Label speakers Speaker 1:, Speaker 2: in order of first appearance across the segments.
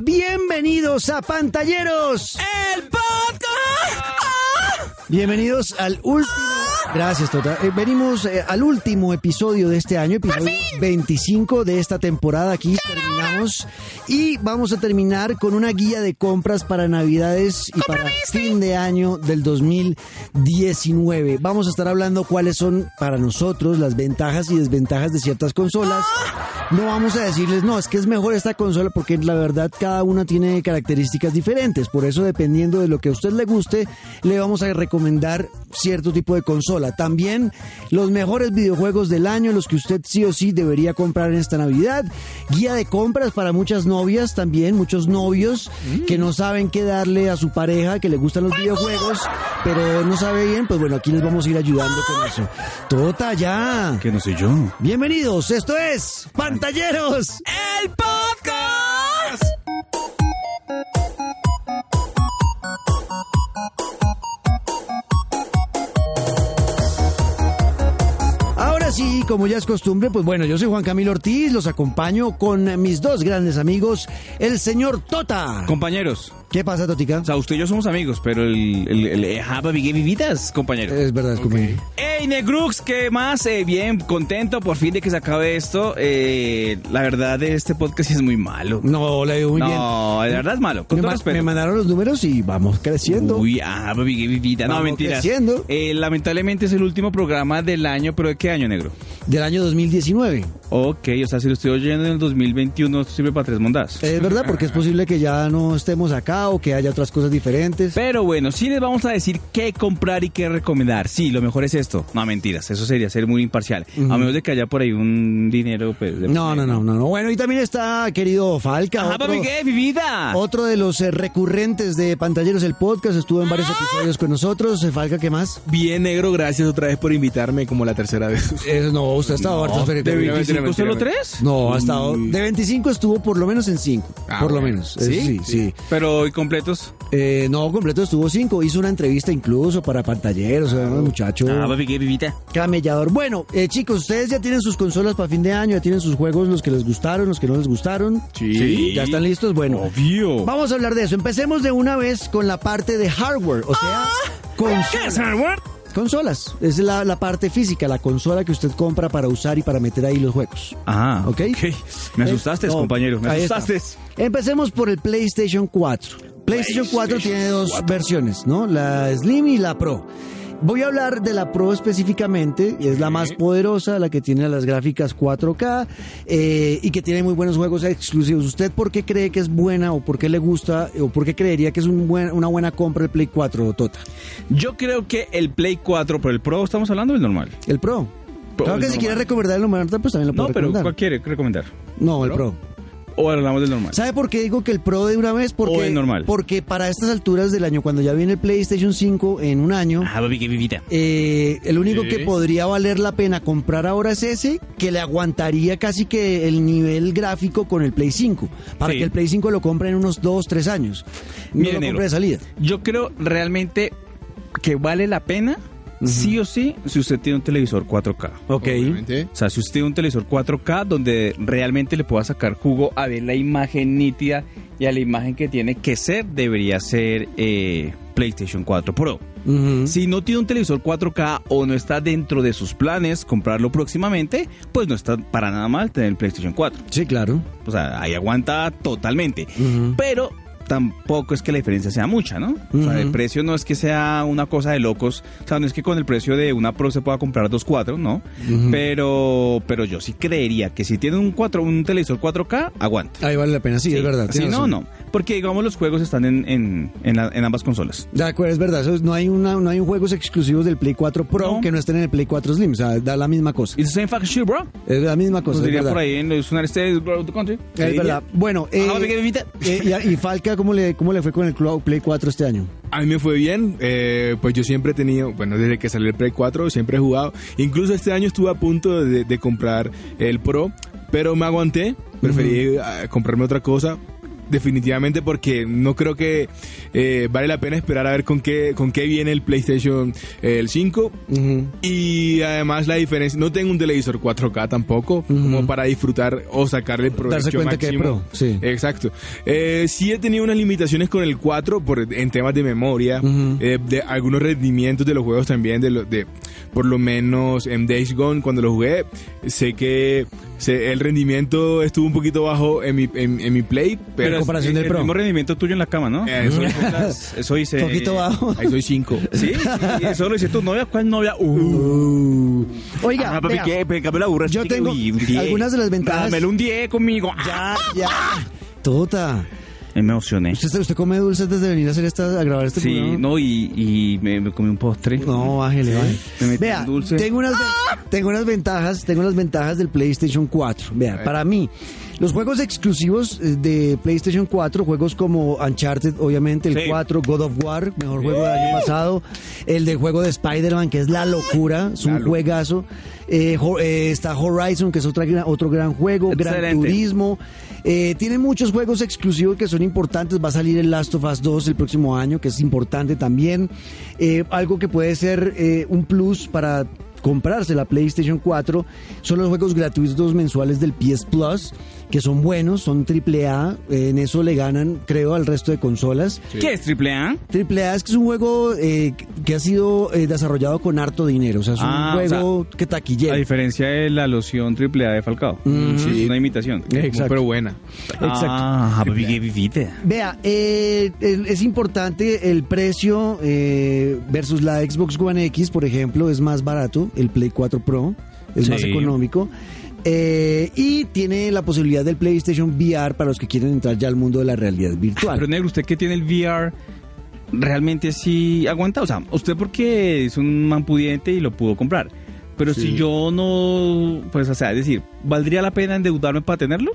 Speaker 1: Bienvenidos a Pantalleros.
Speaker 2: ¡El podcast!
Speaker 1: Bienvenidos al último. Gracias, Tota. Eh, venimos eh, al último episodio de este año, episodio 25 de esta temporada. Aquí terminamos y vamos a terminar con una guía de compras para Navidades y para fin de año del 2019. Vamos a estar hablando cuáles son para nosotros las ventajas y desventajas de ciertas consolas. No vamos a decirles, no, es que es mejor esta consola porque la verdad cada una tiene características diferentes. Por eso, dependiendo de lo que a usted le guste, le vamos a recomendar cierto tipo de consola. También los mejores videojuegos del año, los que usted sí o sí debería comprar en esta Navidad. Guía de compras para muchas novias también, muchos novios que no saben qué darle a su pareja, que le gustan los videojuegos, pero no sabe bien. Pues bueno, aquí les vamos a ir ayudando con eso. Tota, ya.
Speaker 3: Que no soy yo.
Speaker 1: Bienvenidos, esto es Pantalleros.
Speaker 2: ¡El podcast!
Speaker 1: Ahora sí, como ya es costumbre, pues bueno, yo soy Juan Camilo Ortiz, los acompaño con mis dos grandes amigos, el señor Tota.
Speaker 3: Compañeros,
Speaker 1: ¿Qué pasa, Totica?
Speaker 3: o sea, usted y yo somos amigos, pero el, el, el, eh, Japa Vigue Vivitas, compañero.
Speaker 1: Es verdad, es compañero.
Speaker 3: ¡Ey, Negrux! Eh, ¿Qué más? Eh, bien, contento por fin de que se acabe esto. Eh, la verdad, este podcast es muy malo.
Speaker 1: No, le digo muy bien.
Speaker 3: no, la verdad es malo. Con
Speaker 1: Me,
Speaker 3: todo
Speaker 1: ma-
Speaker 3: respeto.
Speaker 1: me mandaron los números y vamos creciendo.
Speaker 3: Uy, ah, Japa Vigue Vivita. No,
Speaker 1: Vamos
Speaker 3: mentiras.
Speaker 1: creciendo.
Speaker 3: Eh, lamentablemente es el último programa del año, pero ¿de qué año, negro?
Speaker 1: Del año 2019.
Speaker 3: Ok, o sea, si lo estoy oyendo en el 2021, esto sirve para tres mondas.
Speaker 1: Es verdad, porque es posible que ya no estemos acá o que haya otras cosas diferentes.
Speaker 3: Pero bueno, sí les vamos a decir qué comprar y qué recomendar. Sí, lo mejor es esto. No, mentiras, eso sería ser muy imparcial.
Speaker 1: Ujú.
Speaker 3: A menos de que haya por ahí un dinero, pues... de-
Speaker 1: No, no, no, no, no. Bueno, y también está, querido Falca.
Speaker 3: Ajá,
Speaker 1: otro-
Speaker 3: papi, ¿qué? ¡Mi vida!
Speaker 1: Otro de los eh, recurrentes de Pantalleros el Podcast estuvo en
Speaker 3: Ah.
Speaker 1: varios episodios con nosotros. Eh, Falca, ¿qué más?
Speaker 4: Bien negro, gracias otra vez por invitarme como la tercera vez.
Speaker 1: Eh, no, usted ha estado
Speaker 3: No, ¿De Mm. 25 solo tres?
Speaker 1: No, ha estado. De 25 estuvo por lo menos en 5.
Speaker 4: Ah,
Speaker 1: por lo
Speaker 4: bueno.
Speaker 1: menos.
Speaker 4: ¿Sí?
Speaker 1: Eso Sí, sí.
Speaker 3: Pero hoy completos.
Speaker 1: Eh, no, completo estuvo 5. Hizo una entrevista incluso para Pantalleros, era un muchacho.
Speaker 3: Ah, papi, ¿qué? ¡Mi vida!
Speaker 1: Camellador. Bueno, eh, chicos, ustedes ya tienen sus consolas para fin de año, ya tienen sus juegos, los que les gustaron, los que no les gustaron.
Speaker 3: Sí.
Speaker 1: ¿Ya están listos? Bueno,
Speaker 3: Obvio.
Speaker 1: vamos a hablar de eso. Empecemos de una vez con la parte de hardware, o sea, consolas. Consolas. Es la, la parte física, la consola que usted compra para usar y para meter ahí los juegos.
Speaker 3: Ah,
Speaker 1: ¿Ok?
Speaker 3: Me asustaste,
Speaker 1: Eh, no,
Speaker 3: compañero, me
Speaker 1: ahí está.
Speaker 3: asustaste.
Speaker 1: Empecemos por el PlayStation 4. PlayStation 4 tiene dos versiones, ¿no? La Slim y la Pro. Voy a hablar de la Pro específicamente, y es la más poderosa, la que tiene las gráficas 4K eh, y que tiene muy buenos juegos exclusivos. ¿Usted por qué cree que es buena o por qué le gusta o por qué creería que es un buen- una buena compra el Play 4, Tota?
Speaker 3: Yo creo que el Play 4, pero el Pro, ¿estamos hablando del normal?
Speaker 1: El Pro.
Speaker 3: Pro,
Speaker 1: claro
Speaker 3: el
Speaker 1: que si
Speaker 3: normal.
Speaker 1: quiere recomendar el normal, pues también lo
Speaker 3: No,
Speaker 1: puede
Speaker 3: pero
Speaker 1: recomendar.
Speaker 3: ¿cuál quiere recomendar?
Speaker 1: No, el Pro.
Speaker 3: ¿O hablamos del normal?
Speaker 1: ¿Sabe por qué digo que el Pro de una vez? Porque,
Speaker 3: O el normal.
Speaker 1: porque para estas alturas del año, cuando ya viene el PlayStation 5 en un año,
Speaker 3: Ah, papi, ¡Qué vivita!
Speaker 1: eh, el único
Speaker 4: Sí.
Speaker 1: que podría valer la pena comprar ahora es ese, que le aguantaría casi que el nivel gráfico con el Play 5, para
Speaker 3: Sí.
Speaker 1: que el Play 5 lo compre en unos 2, 3 años. No
Speaker 3: Mire,
Speaker 1: lo
Speaker 3: negro.
Speaker 1: compre de salida.
Speaker 3: Yo creo realmente que vale la pena, sí o sí, si usted tiene un televisor 4K.
Speaker 1: Ok.
Speaker 4: Obviamente.
Speaker 3: O sea, si usted tiene un televisor 4K donde realmente le pueda sacar jugo a ver la imagen nítida y a la imagen que tiene que ser, debería ser eh, PlayStation 4 Pro. Si no tiene un televisor 4K o no está dentro de sus planes comprarlo próximamente, pues no está para nada mal tener el PlayStation 4.
Speaker 1: Sí, claro.
Speaker 3: O sea, ahí aguanta totalmente.
Speaker 1: Ujú.
Speaker 3: Pero tampoco es que la diferencia sea mucha, ¿no? O sea, el
Speaker 1: Ujú.
Speaker 3: precio no es que sea una cosa de locos. O sea, no es que con el precio de una Pro se pueda comprar dos 4, ¿no?
Speaker 1: Ujú.
Speaker 3: Pero pero yo sí creería que si tiene un 4, un televisor 4K, aguanta.
Speaker 1: Ahí vale la pena, sí, es verdad.
Speaker 3: Si
Speaker 1: tiene
Speaker 3: no,
Speaker 1: razón.
Speaker 3: no. Porque, digamos, los juegos están en, en, en la- en ambas consolas.
Speaker 1: De acuerdo, es verdad. eso es- no, hay una, no hay juegos exclusivos del Play 4 Pro
Speaker 3: No.
Speaker 1: que no estén en el Play 4 Slim. O sea, da la misma cosa.
Speaker 3: It's the same fucking shit, bro.
Speaker 1: Pues Es la misma cosa.
Speaker 3: Nos
Speaker 1: es
Speaker 3: pues diría
Speaker 1: verdad.
Speaker 3: por ahí en los United States, bro, the country.
Speaker 1: Es verdad. Bueno, eh,
Speaker 3: Ah, ¿qué evita?
Speaker 1: eh, y, a- y Falca, ¿cómo le, ¿cómo le fue con el Cloud Play 4 este año?
Speaker 4: A mí me fue bien, eh, pues yo siempre he tenido, bueno, desde que salió el Play 4 siempre he jugado. Incluso este año estuve a punto de, de comprar el Pro, pero me aguanté. Preferí eh, comprarme ah, otra cosa. definitivamente porque no creo que eh, vale la pena esperar a ver con qué, con qué viene el PlayStation eh, el 5. Y además la diferencia, no tengo un televisor 4K tampoco, como para disfrutar o sacarle provecho
Speaker 1: Darse cuenta que es
Speaker 4: máximo.
Speaker 1: pro, sí.
Speaker 4: Exacto. Eh, sí he tenido unas limitaciones con el 4 por, en temas de memoria, eh, de algunos rendimientos de los juegos también, de, lo- de por lo menos en Days Gone cuando lo jugué, sé que sé- el rendimiento estuvo un poquito bajo en mi, en, en mi play,
Speaker 1: Pero
Speaker 4: pero...
Speaker 1: en comparación
Speaker 3: el,
Speaker 1: del Pro.
Speaker 3: mismo rendimiento tuyo en la cama, ¿no?
Speaker 4: Eh, eso-
Speaker 3: Eso hice.
Speaker 1: Poquito bajo.
Speaker 4: Ahí soy 5.
Speaker 3: Sí, sí, eso lo hice tu novia. ¿Cuál novia? Uh.
Speaker 1: Uh. Oiga,
Speaker 3: Ah, papi,
Speaker 1: vea,
Speaker 3: ¿qué? En cambio la burra
Speaker 1: Yo
Speaker 3: sí que,
Speaker 1: tengo
Speaker 3: uy, un 10.
Speaker 1: algunas de las ventajas.
Speaker 3: Dámelo un 10 conmigo. Ah.
Speaker 1: ya, ya. Tota,
Speaker 3: Me emocioné.
Speaker 1: ¿usted, usted come dulce antes de venir a, hacer esta, a grabar este
Speaker 3: Sí,
Speaker 1: programa?
Speaker 3: no, y, y me, me comí un postre.
Speaker 1: No, bájele, bájele.
Speaker 3: me metí
Speaker 1: Vea,
Speaker 3: un dulce.
Speaker 1: tengo unas, ven- tengo unas ventajas, tengo unas ventajas del PlayStation 4. Vea, para mí, los juegos exclusivos eh, de PlayStation 4, juegos como Uncharted, obviamente, el
Speaker 3: Sí.
Speaker 1: 4, God of War, mejor juego del año pasado, el del juego de Spider-Man, que es la locura, es un
Speaker 4: La locura.
Speaker 1: juegazo. Eh, Ho- eh, está Horizon, que es otra, gra- otro gran juego, Gran
Speaker 3: Excelente.
Speaker 1: Turismo. Eh, tiene muchos juegos exclusivos que son importantes. Va a salir el Last of Us 2 el próximo año, que es importante también. Eh, algo que puede ser eh, un plus para comprarse la PlayStation 4 son los juegos gratuitos mensuales del PS Plus, que son buenos, son AAA. eh, en eso le ganan, creo, al resto de consolas.
Speaker 3: ¿Qué es triple A?
Speaker 1: Triple A es que es un juego eh, que ha sido eh, desarrollado con harto dinero, o sea, es un
Speaker 3: Ah, o
Speaker 1: juego que taquillero.
Speaker 3: A diferencia de la loción triple A de Falcao.
Speaker 4: Sí.
Speaker 3: Es una imitación.
Speaker 1: Mm. Exacto.
Speaker 4: Pero buena.
Speaker 3: Ah, papi, qué vivite.
Speaker 1: Vea, eh, el- es importante el precio eh, versus la Xbox One X, por ejemplo, es más barato, el Play 4 Pro es más
Speaker 3: Sí.
Speaker 1: económico. eh, y tiene la posibilidad del PlayStation VR para los que quieren entrar ya al mundo de la realidad virtual.
Speaker 3: Ah, Pero negro, usted que tiene el VR, realmente sí aguanta. O sea, usted porque es un man pudiente y lo pudo comprar. Pero si yo no, pues, o sea, es decir, ¿valdría la pena endeudarme para tenerlo?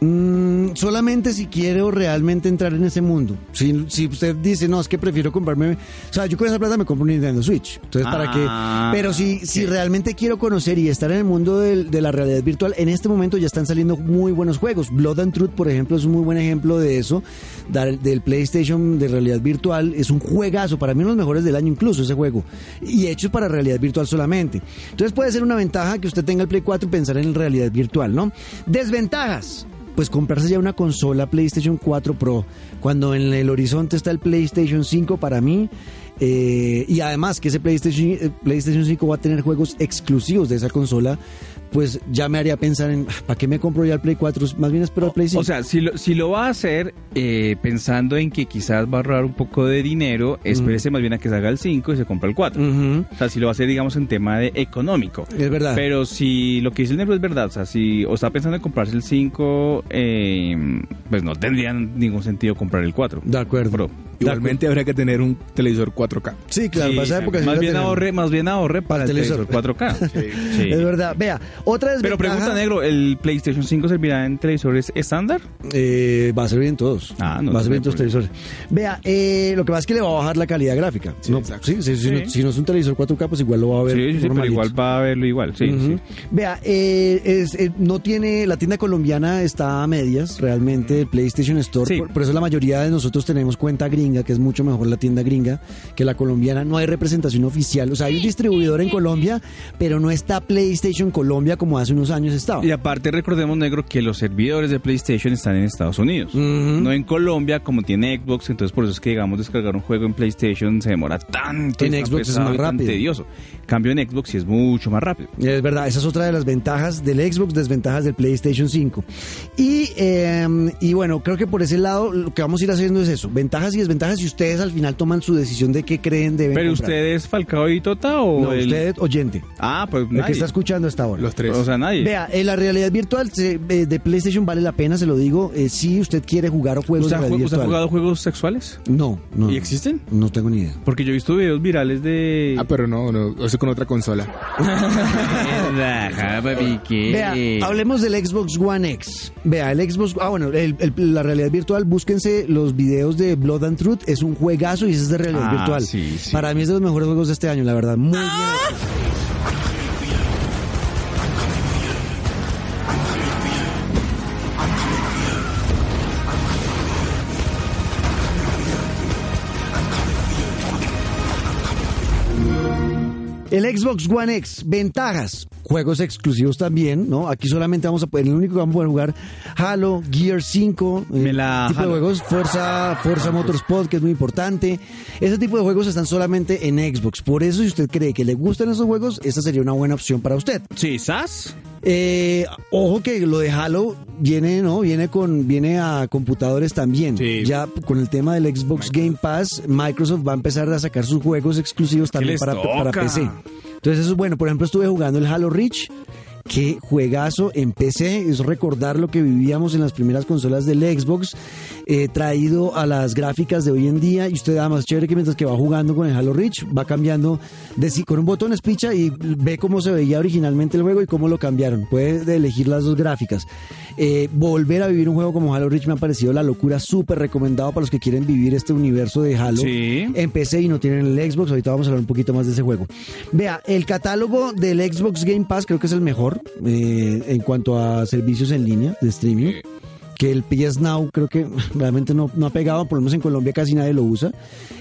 Speaker 1: Mm, solamente si quiero realmente entrar en ese mundo. Si, si usted dice, no, es que prefiero comprarme. O sea, yo con esa plata me compro un Nintendo Switch. Entonces, ¿para
Speaker 3: Ah,
Speaker 1: qué? Pero si, si realmente quiero conocer y estar en el mundo del- de la realidad virtual, en este momento ya están saliendo muy buenos juegos. Blood and Truth, por ejemplo, es un muy buen ejemplo de eso. Dar- del PlayStation de realidad virtual. Es un juegazo. Para mí, uno de los mejores del año, incluso ese juego. Y hecho para realidad virtual solamente. Entonces, puede ser una ventaja que usted tenga el Play 4 y pensar en realidad virtual, ¿no? Desventajas pues comprarse ya una consola PlayStation 4 Pro, cuando en el horizonte está el PlayStation 5 para mí, eh, y además que ese PlayStation, eh, PlayStation 5 va a tener juegos exclusivos de esa consola, pues ya me haría pensar en, "Ah, ¿para qué me compro ya el Play 4? Más bien espero el Play 5.
Speaker 3: O sea, si lo, si lo va a hacer eh, pensando en que quizás va a ahorrar un poco de dinero, espérese más bien a que salga el 5 y se compra el 4.
Speaker 1: Ujú,
Speaker 3: O sea, si lo va a hacer, digamos, en tema de económico.
Speaker 1: es verdad.
Speaker 3: Pero si lo que dice el negro es verdad, o sea, si o está pensando en comprarse el 5, eh, pues no tendría ningún sentido comprar el 4.
Speaker 1: de acuerdo.
Speaker 3: Pro.
Speaker 4: Igualmente habría que tener un televisor 4K.
Speaker 1: Sí, claro,
Speaker 3: Sí,
Speaker 1: para esa época sí
Speaker 3: más
Speaker 1: la
Speaker 3: bien
Speaker 1: tenemos.
Speaker 3: ahorre, más bien ahorre para el
Speaker 1: televisor.
Speaker 3: televisor 4K. Sí.
Speaker 1: Es verdad. Vea, otra
Speaker 3: Pero
Speaker 1: desventaja.
Speaker 3: pregunta negro, ¿el PlayStation 5 servirá en televisores estándar?
Speaker 1: Eh, va a servir en todos.
Speaker 3: Ah, no,
Speaker 1: va a servir en
Speaker 3: no
Speaker 1: todos
Speaker 3: hay
Speaker 1: televisores. Vea, eh, lo que pasa es que le va a bajar la calidad gráfica.
Speaker 4: Sí,
Speaker 1: No,
Speaker 4: exacto.
Speaker 1: sí, sí, Si, no,
Speaker 3: Sí.
Speaker 1: si no es un televisor 4K, pues igual lo va a ver.
Speaker 3: Sí, sí, sí, pero
Speaker 1: normalito.
Speaker 3: igual va a verlo igual, sí,
Speaker 1: Ujú.
Speaker 3: sí.
Speaker 1: Vea, eh, es, eh, no tiene, la tienda colombiana está a medias realmente, el PlayStation Store,
Speaker 3: Mm. Sí.
Speaker 1: por, por eso la mayoría de nosotros tenemos cuenta gringa, que es mucho mejor la tienda gringa que la colombiana, no hay representación oficial, o sea, hay un distribuidor en Colombia, pero no está PlayStation Colombia como hace unos años estaba.
Speaker 3: Y aparte recordemos, negro, que los servidores de PlayStation están en Estados Unidos, no en Colombia como tiene Xbox, entonces por eso es que, digamos, descargar un juego en PlayStation se demora tanto.
Speaker 1: En
Speaker 3: tan
Speaker 1: Xbox es
Speaker 3: pesado
Speaker 1: más
Speaker 3: y tan
Speaker 1: rápido.
Speaker 3: tedioso. Cambio en Xbox sí es mucho más rápido.
Speaker 1: Es verdad, esa es otra de las ventajas del Xbox, desventajas del PlayStation 5. Y, eh, y bueno, creo que por ese lado lo que vamos a ir haciendo es eso, ventajas y desventajas y ustedes al final toman su decisión de qué creen deben
Speaker 3: Pero
Speaker 1: comprar.
Speaker 3: usted es Falcao y Tota o
Speaker 1: No,
Speaker 3: el-
Speaker 1: usted oyente,
Speaker 3: Ah, pues
Speaker 1: el que
Speaker 3: nadie.
Speaker 1: está escuchando hasta ahora.
Speaker 4: Los tres.
Speaker 3: O sea, nadie.
Speaker 1: Vea, eh, la realidad virtual se- eh, de PlayStation vale la pena, se lo digo, eh, si usted quiere jugar o juegos de
Speaker 3: ¿Usted ha,
Speaker 1: pues, realidad
Speaker 3: jug- usted ha
Speaker 1: virtual.
Speaker 3: jugado juegos sexuales?
Speaker 1: No, no.
Speaker 3: ¿Y existen?
Speaker 1: No tengo ni idea.
Speaker 3: Porque yo he visto videos virales de...
Speaker 4: Ah, pero no, no, eso es con otra consola.
Speaker 1: pues, Vea, hablemos del Xbox One X. Vea, el Xbox. Ah, bueno, el- el- la realidad virtual, búsquense los videos de Blood and Truth. Es un juegazo y ese es de realidad
Speaker 3: Ah,
Speaker 1: virtual.
Speaker 3: sí, sí.
Speaker 1: Para mí es de los mejores juegos de este año, la verdad. Muy bien. El Xbox One X, ventajas, juegos exclusivos también, ¿no? Aquí solamente vamos a poder, el único que vamos a poder jugar Halo, Gear 5, eh,
Speaker 3: Me la
Speaker 1: tipo de
Speaker 3: jalo.
Speaker 1: juegos, Forza, Forza Motorsport, que es muy importante. Ese tipo de juegos están solamente en Xbox. Por eso, si usted cree que le gustan esos juegos, esta sería una buena opción para usted.
Speaker 3: Sí, ¿sas?
Speaker 1: Eh, ojo que lo de Halo viene, ¿no? Viene con, viene a computadores también.
Speaker 4: Sí.
Speaker 1: Ya con el tema del Xbox Game Pass, Microsoft va a empezar a sacar sus juegos exclusivos también
Speaker 3: les
Speaker 1: para, para
Speaker 3: toca?
Speaker 1: PC. Entonces eso es bueno. Por ejemplo, estuve jugando el Halo Reach. Qué juegazo en PC, es recordar lo que vivíamos en las primeras consolas del Xbox, eh, traído a las gráficas de hoy en día. Y usted, además, chévere que mientras que va jugando con el Halo Reach, va cambiando de, si- con un botón es picha y ve cómo se veía originalmente el juego y cómo lo cambiaron. Puede elegir las dos gráficas. Eh, volver a vivir un juego como Halo Reach me ha parecido la locura, súper recomendado para los que quieren vivir este universo de Halo
Speaker 3: Sí.
Speaker 1: en PC y no tienen el Xbox. Ahorita vamos a hablar un poquito más de ese juego. Vea, el catálogo del Xbox Game Pass creo que es el mejor eh, en cuanto a servicios en línea de streaming. Que el PS Now creo que realmente no, no ha pegado, por lo menos en Colombia casi nadie lo usa.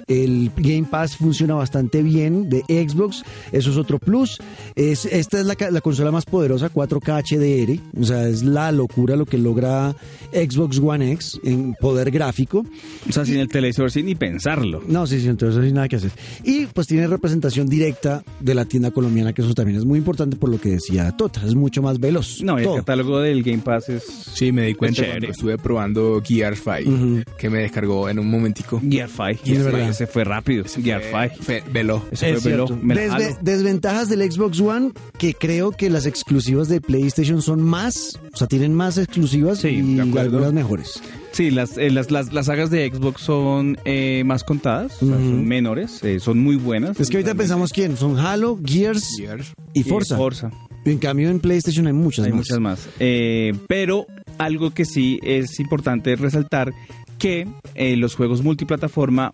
Speaker 1: El Game Pass funciona bastante bien de Xbox, eso es otro plus. Es, esta es la, ca- la consola más poderosa, 4K HDR, o sea, es la locura lo que logra Xbox One X en poder gráfico.
Speaker 3: O sea, sin el televisor, sin ni pensarlo.
Speaker 1: No, sí, sí, entonces no hay nada que hacer. Y pues tiene representación directa de la tienda colombiana, que eso también es muy importante por lo que decía Tota, es mucho más veloz.
Speaker 3: No, Tota el
Speaker 1: todo.
Speaker 3: catálogo del Game Pass es
Speaker 4: Sí, me di cuenta
Speaker 3: Chévere.
Speaker 4: cuando estuve probando Gear 5,
Speaker 1: Ujú.
Speaker 4: que me descargó en un momentico.
Speaker 3: Gear 5.
Speaker 1: Es
Speaker 3: Gear
Speaker 1: verdad.
Speaker 3: 5, ese fue rápido. Gear 5.
Speaker 4: Fe- Veloz.
Speaker 3: Ese fue
Speaker 1: Es cierto.
Speaker 3: veloz. Me la
Speaker 1: Desve-
Speaker 3: jalo.
Speaker 1: desventajas del Xbox One, que creo que las exclusivas de PlayStation son más, o sea, tienen más exclusivas
Speaker 3: Sí,
Speaker 1: y
Speaker 3: de acuerdo.
Speaker 1: algunas mejores.
Speaker 3: Sí, las, eh, las, las, las sagas de Xbox son eh, más contadas, o sea, son menores, eh, son muy buenas.
Speaker 1: Es que ahorita pensamos quién, son Halo, Gears
Speaker 4: Gear.
Speaker 1: y
Speaker 3: Y
Speaker 1: Forza.
Speaker 3: Forza.
Speaker 1: En cambio en PlayStation hay muchas
Speaker 3: Hay
Speaker 1: más.
Speaker 3: muchas más. Eh, pero algo que sí es importante resaltar que eh, los juegos multiplataforma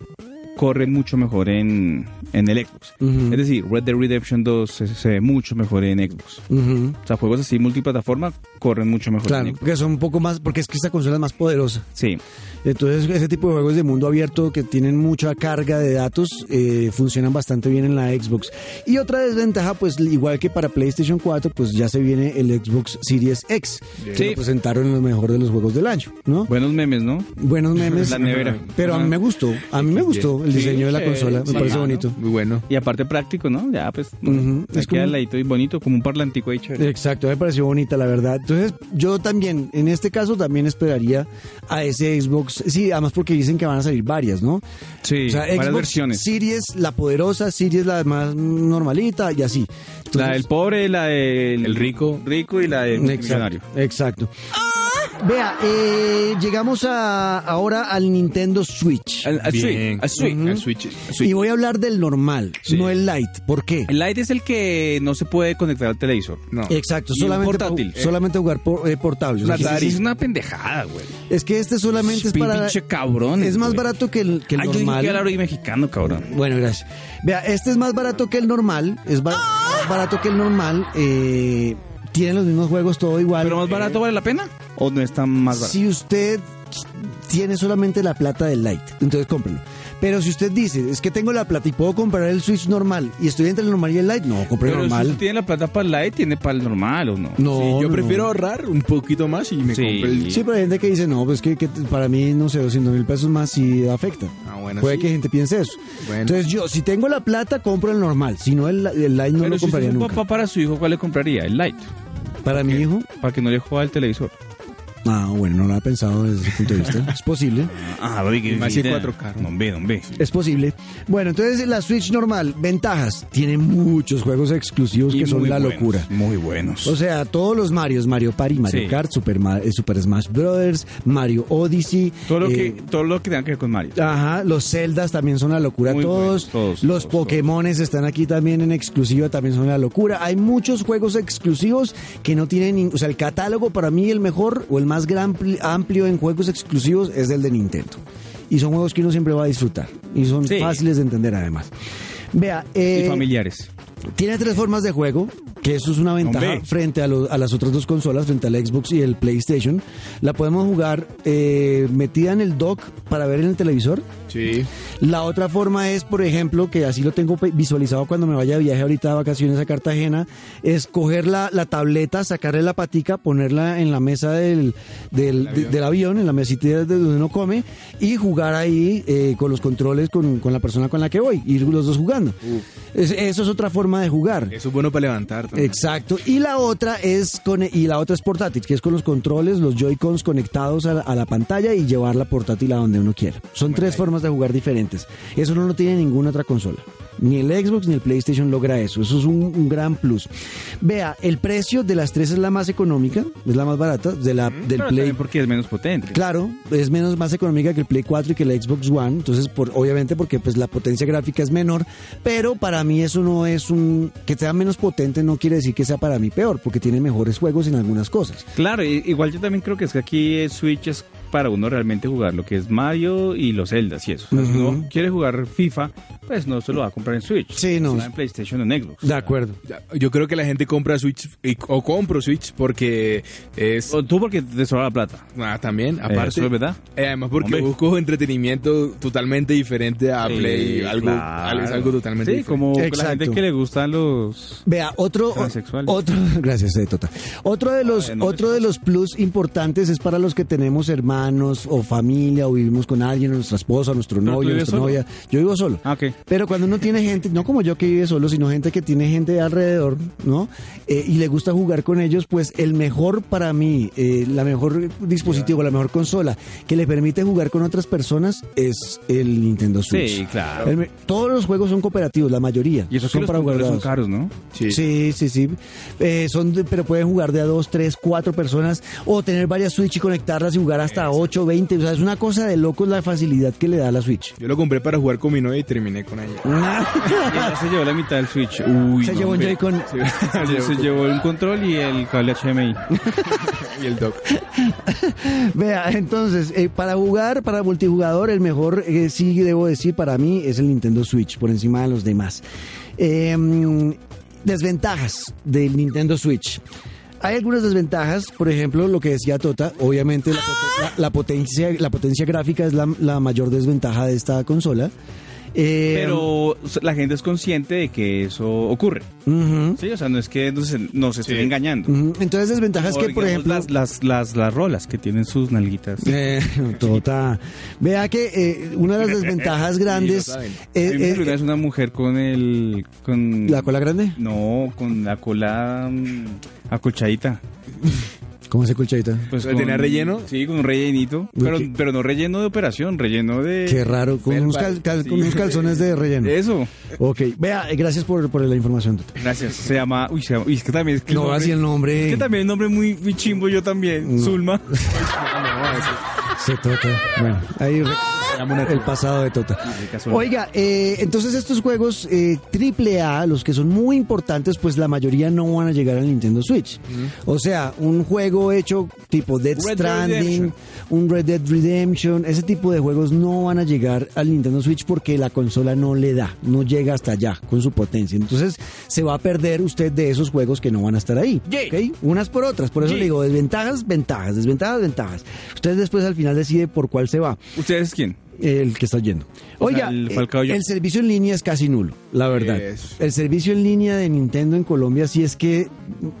Speaker 3: corren mucho mejor en, en el Xbox.
Speaker 1: Ujú.
Speaker 3: Es decir, Red Dead Redemption 2 se, se ve mucho mejor en Xbox.
Speaker 1: Ujú.
Speaker 3: O sea, juegos así multiplataforma corren mucho mejor en
Speaker 1: Claro,
Speaker 3: Xbox.
Speaker 1: porque son un poco más, porque es que esta consola es más poderosa.
Speaker 3: Sí.
Speaker 1: Entonces, ese tipo de juegos de mundo abierto que tienen mucha carga de datos eh, funcionan bastante bien en la Xbox. Y otra desventaja, pues igual que para PlayStation 4, pues ya se viene el Xbox Series X, que
Speaker 3: Sí.
Speaker 1: lo presentaron en lo mejor de los juegos del año, ¿no?
Speaker 3: Buenos memes, ¿no?
Speaker 1: Buenos memes.
Speaker 3: La nevera.
Speaker 1: Pero a mí me gustó, a mí me gustó el
Speaker 4: Sí,
Speaker 1: diseño de la
Speaker 4: sí,
Speaker 1: consola,
Speaker 4: sí,
Speaker 1: me parece
Speaker 4: claro.
Speaker 1: bonito.
Speaker 4: Muy bueno.
Speaker 3: Y aparte práctico, ¿no? Ya, pues,
Speaker 1: Ujú.
Speaker 3: le
Speaker 1: Es
Speaker 3: queda
Speaker 1: como- Eh,
Speaker 3: al ladito y bonito, como un parlantico ahí chévere.
Speaker 1: Exacto, me pareció bonita la verdad. Entonces, yo también, en este caso, también esperaría a ese Xbox. Sí, además porque dicen que van a salir varias, ¿no?
Speaker 3: Sí,
Speaker 1: O sea,
Speaker 3: varias
Speaker 1: Xbox
Speaker 3: versiones.
Speaker 1: Series, la poderosa, Series la más normalita y así. Entonces-
Speaker 3: la del pobre, la del
Speaker 4: El rico.
Speaker 3: rico y la del
Speaker 1: Exacto,
Speaker 3: millonario.
Speaker 1: exacto. Vea, eh, llegamos a, ahora al Nintendo Switch.
Speaker 3: Al- al
Speaker 4: Bien.
Speaker 3: Switch, al Switch.
Speaker 4: Al Switch. al Switch.
Speaker 1: Y voy a hablar del normal, no el Lite. ¿Por qué?
Speaker 3: El Lite es el que no se puede conectar al televisor.
Speaker 4: No.
Speaker 1: Exacto,
Speaker 3: Y un
Speaker 1: solamente,
Speaker 3: portátil.
Speaker 1: pa- solamente jugar por, eh, portable.
Speaker 3: La
Speaker 1: Sí, sí,
Speaker 3: Atari
Speaker 1: sí.
Speaker 3: es una pendejada, güey.
Speaker 1: Es que este solamente es
Speaker 3: Pin-
Speaker 1: para...
Speaker 3: pinche cabrón.
Speaker 1: Es más
Speaker 3: güey.
Speaker 1: barato que el, que el
Speaker 3: Ay, yo dije
Speaker 1: normal.
Speaker 3: que era hoy mexicano, cabrón.
Speaker 1: Bueno, gracias. Vea, este es más barato que el normal. Es ba- más barato que el normal. Eh, tienen los mismos juegos, todo igual.
Speaker 3: ¿Pero más barato vale la pena? ¿O no está más barato?
Speaker 1: Si usted tiene solamente la plata del Lite, entonces cómprelo. Pero si usted dice, es que tengo la plata y puedo comprar el Switch normal y estoy entre el normal y el Lite, no, compré el
Speaker 3: Pero si
Speaker 1: normal.
Speaker 3: usted tiene la plata para el Lite, tiene para el normal, ¿o no?
Speaker 1: No,
Speaker 4: Sí,
Speaker 1: no,
Speaker 4: yo
Speaker 1: no.
Speaker 4: prefiero ahorrar un poquito más y me
Speaker 3: Sí.
Speaker 4: compro el
Speaker 1: Sí, pero hay gente que dice, no, pues que, que para mí, no sé, 200 mil pesos más sí afecta.
Speaker 4: Ah, bueno,
Speaker 1: Puede
Speaker 4: sí.
Speaker 1: que gente piense eso.
Speaker 4: Bueno.
Speaker 1: Entonces yo, si tengo la plata, compro el normal. Si no, el, el Lite no
Speaker 3: Pero
Speaker 1: lo
Speaker 3: si usted
Speaker 1: compraría
Speaker 3: es un
Speaker 1: nunca.
Speaker 3: papá para su hijo, ¿cuál le compraría? El Lite.
Speaker 1: Para mi hijo,
Speaker 3: Para que no le juegue al televisor.
Speaker 1: Ah, bueno, no lo ha pensado desde ese punto de vista. Es posible.
Speaker 3: Ah, oye,
Speaker 4: Más de 4K, ¿no?
Speaker 3: No, ve, no, ve.
Speaker 1: Es posible. Bueno, entonces la Switch normal, ventajas. Tiene muchos juegos exclusivos
Speaker 3: Y
Speaker 1: que son
Speaker 3: muy
Speaker 1: la
Speaker 3: buenos,
Speaker 1: locura. Pues,
Speaker 3: Muy buenos.
Speaker 1: O sea, todos los Marios, Mario Party, Mario
Speaker 3: Sí.
Speaker 1: Kart, Super, Ma- eh, Super Smash Brothers, Mario Odyssey.
Speaker 3: todo, lo
Speaker 1: eh,
Speaker 3: que, todo lo que tenga que ver con Mario.
Speaker 1: Ajá, los Zeldas también son la locura.
Speaker 3: Muy
Speaker 1: todos,
Speaker 3: buenos, todos,
Speaker 1: los
Speaker 3: todos,
Speaker 1: Pokémones están aquí también en exclusiva, también son la locura. Hay muchos juegos exclusivos que no tienen, nin- o sea, el catálogo para mí el mejor o el más gran pli- amplio en juegos exclusivos es el de Nintendo. Y son juegos que uno siempre va a disfrutar y son
Speaker 3: Sí.
Speaker 1: fáciles de entender además. Vea,
Speaker 3: Y
Speaker 1: eh,
Speaker 3: familiares.
Speaker 1: tiene tres formas de juego. que eso es una ventaja
Speaker 4: Hombre.
Speaker 1: frente a, lo- a las otras dos consolas, frente al Xbox y el PlayStation. La podemos jugar eh, metida en el dock para ver en el televisor.
Speaker 4: Sí.
Speaker 1: La otra forma es, por ejemplo, que así lo tengo pe- visualizado cuando me vaya de viaje ahorita de vacaciones a Cartagena, es coger la, la tableta, sacarle la patica, ponerla en la mesa del, del, de- del avión. en la mesita de donde uno come, y jugar ahí eh, con los controles con, con la persona con la que voy, ir los dos jugando. Es- eso es otra forma de jugar.
Speaker 4: Eso es bueno para levantar también.
Speaker 1: Exacto. Y la otra es con y la otra es portátil, que es con los controles, los Joy-Cons conectados a la, a la pantalla y llevar la portátil a donde uno quiera. Son tres formas de jugar diferentes. Eso no lo tiene ninguna otra consola. Ni el Xbox ni el PlayStation logra eso. Eso es un, un gran plus. Vea, el precio de las tres es la más económica, es la más barata de la del
Speaker 3: Pero
Speaker 1: Play.
Speaker 3: también porque es menos potente.
Speaker 1: Claro, es menos más económica que el Play 4 y que el Xbox One, entonces por obviamente porque pues la potencia gráfica es menor, pero para mí eso no es un que sea menos potente no quiere decir que sea para mí peor, porque tiene mejores juegos en algunas cosas.
Speaker 3: Claro, i- igual yo también creo que es que aquí eh, Switch es para uno realmente jugar lo que es Mario y los Zeldas y eso. O sea, Si
Speaker 1: Ujú.
Speaker 3: uno quiere jugar FIFA, pues no se lo va a comprar en Switch.
Speaker 1: Sí, no.
Speaker 3: Se va en PlayStation o en Xbox.
Speaker 1: acuerdo.
Speaker 4: Ya, Yo creo que la gente compra Switch y- o compro Switch porque es
Speaker 3: O tú porque te sobra la plata.
Speaker 4: ah, también aparte
Speaker 3: Eso es verdad.
Speaker 4: Eh, además porque
Speaker 3: Hombre.
Speaker 4: busco entretenimiento totalmente diferente
Speaker 3: Sí,
Speaker 4: a Ah, Play, algo
Speaker 3: claro.
Speaker 4: es algo totalmente
Speaker 3: Sí,
Speaker 4: diferente.
Speaker 3: como la
Speaker 1: Exacto.
Speaker 3: gente que le gustan los...
Speaker 1: Vea, otro
Speaker 3: Transexuales.
Speaker 1: otro gracias eh, Tota. Otro de los
Speaker 3: Ah, no,
Speaker 1: otro de los plus importantes es para los que tenemos hermanos o familia o vivimos con alguien, nuestra esposa, nuestro
Speaker 3: Pero tú
Speaker 1: novio,
Speaker 3: vives
Speaker 1: nuestra
Speaker 3: solo.
Speaker 1: novia. Yo vivo solo.
Speaker 3: Ah, ok.
Speaker 1: Pero cuando uno tiene gente, no como yo que vive solo, sino gente que tiene gente alrededor, ¿no? Eh, y le gusta jugar con ellos, pues el mejor para mí, eh, la mejor dispositivo, la mejor consola que le permite jugar con otras personas es el Nintendo Switch.
Speaker 3: Sí, claro.
Speaker 1: El me- todos los juegos son cooperativos, la mayoría.
Speaker 3: Y esos
Speaker 1: son para jugar
Speaker 3: controles son
Speaker 1: dos.
Speaker 3: caros, ¿no?
Speaker 4: Sí.
Speaker 1: Sí, sí, sí. Eh, son de- pero pueden jugar de a dos, tres, cuatro personas o tener varias Switch y conectarlas y jugar hasta 8, 20. O sea, es una cosa de locos la facilidad que le da la Switch.
Speaker 4: Yo lo compré para jugar con mi novia y terminé con ella.
Speaker 3: Y ella se llevó la mitad del Switch. Uy,
Speaker 1: Se
Speaker 3: no,
Speaker 1: llevó un
Speaker 3: hombre.
Speaker 1: Joy-Con.
Speaker 3: Sí, se llevó un control y el cable HDMI.
Speaker 4: y el doc.
Speaker 1: Vea, entonces, eh, para jugar, para multijugador, el mejor, eh, sí debo decir, para mí es el Nintendo Switch, por encima de los demás. Eh, desventajas del Nintendo Switch. Hay algunas desventajas, por ejemplo, lo que decía Tota, obviamente la, poten- la- la potencia, la potencia gráfica es la, la mayor desventaja de esta consola. Eh,
Speaker 3: Pero la gente es consciente de que eso ocurre.
Speaker 1: ujú,
Speaker 3: Sí, o sea, no es que nos, nos estén
Speaker 4: Sí.
Speaker 3: engañando.
Speaker 1: ujú. Entonces, desventajas
Speaker 3: O
Speaker 1: Mm. que, por
Speaker 3: digamos,
Speaker 1: ejemplo...
Speaker 3: Las, las, las, las rolas que tienen sus nalguitas.
Speaker 1: Eh, tota. Vea que eh, una de las desventajas grandes
Speaker 4: saben.
Speaker 1: es,
Speaker 3: A mí me
Speaker 1: es-
Speaker 3: impresionó, es una mujer con el. Con,
Speaker 1: eh, la cola grande.
Speaker 3: No, con la cola mm, acolchadita.
Speaker 1: ¿Cómo se colchadita?
Speaker 3: Pues
Speaker 4: ¿Pero tenía relleno?
Speaker 3: Sí, con un rellenito.
Speaker 1: ¿De
Speaker 3: Pero,
Speaker 1: qué?
Speaker 3: pero no relleno de operación, relleno de.
Speaker 1: Qué raro, con, unos, cal- cal- con unos calzones de relleno.
Speaker 3: Eso.
Speaker 1: Ok, vea, eh, gracias por, por la información. Tota. Tete.
Speaker 3: Gracias. Se llama. Uy, se llama. Uy, es que también. Es que el
Speaker 1: No,
Speaker 3: nombre-
Speaker 1: así el nombre.
Speaker 3: Es que también el nombre muy, muy chimbo yo también.
Speaker 1: No.
Speaker 3: Zulma.
Speaker 1: Se toca. Bueno, ahí re- el pasado de Tota. Oiga, eh, entonces estos juegos eh, triple A, los que son muy importantes, pues la mayoría no van a llegar al Nintendo Switch. O sea, un juego hecho tipo Dead
Speaker 3: Red Dead
Speaker 1: Stranding,
Speaker 3: Redemption.
Speaker 1: un Red Dead Redemption, ese tipo de juegos no van a llegar al Nintendo Switch porque la consola no le da, no llega hasta allá con su potencia. Entonces se va a perder usted de esos juegos que no van a estar ahí. ¿ok? Unas por otras, por eso le digo, desventajas, ventajas, desventajas, ventajas. Usted después al final decide por cuál se va
Speaker 3: ¿Ustedes quién?
Speaker 1: el que está yendo.
Speaker 3: O
Speaker 1: Oiga,
Speaker 3: sea, el Falcao
Speaker 1: eh,
Speaker 3: yo.
Speaker 1: el servicio en línea es casi nulo, la verdad.
Speaker 4: Es-
Speaker 1: El servicio en línea de Nintendo en Colombia sí es que,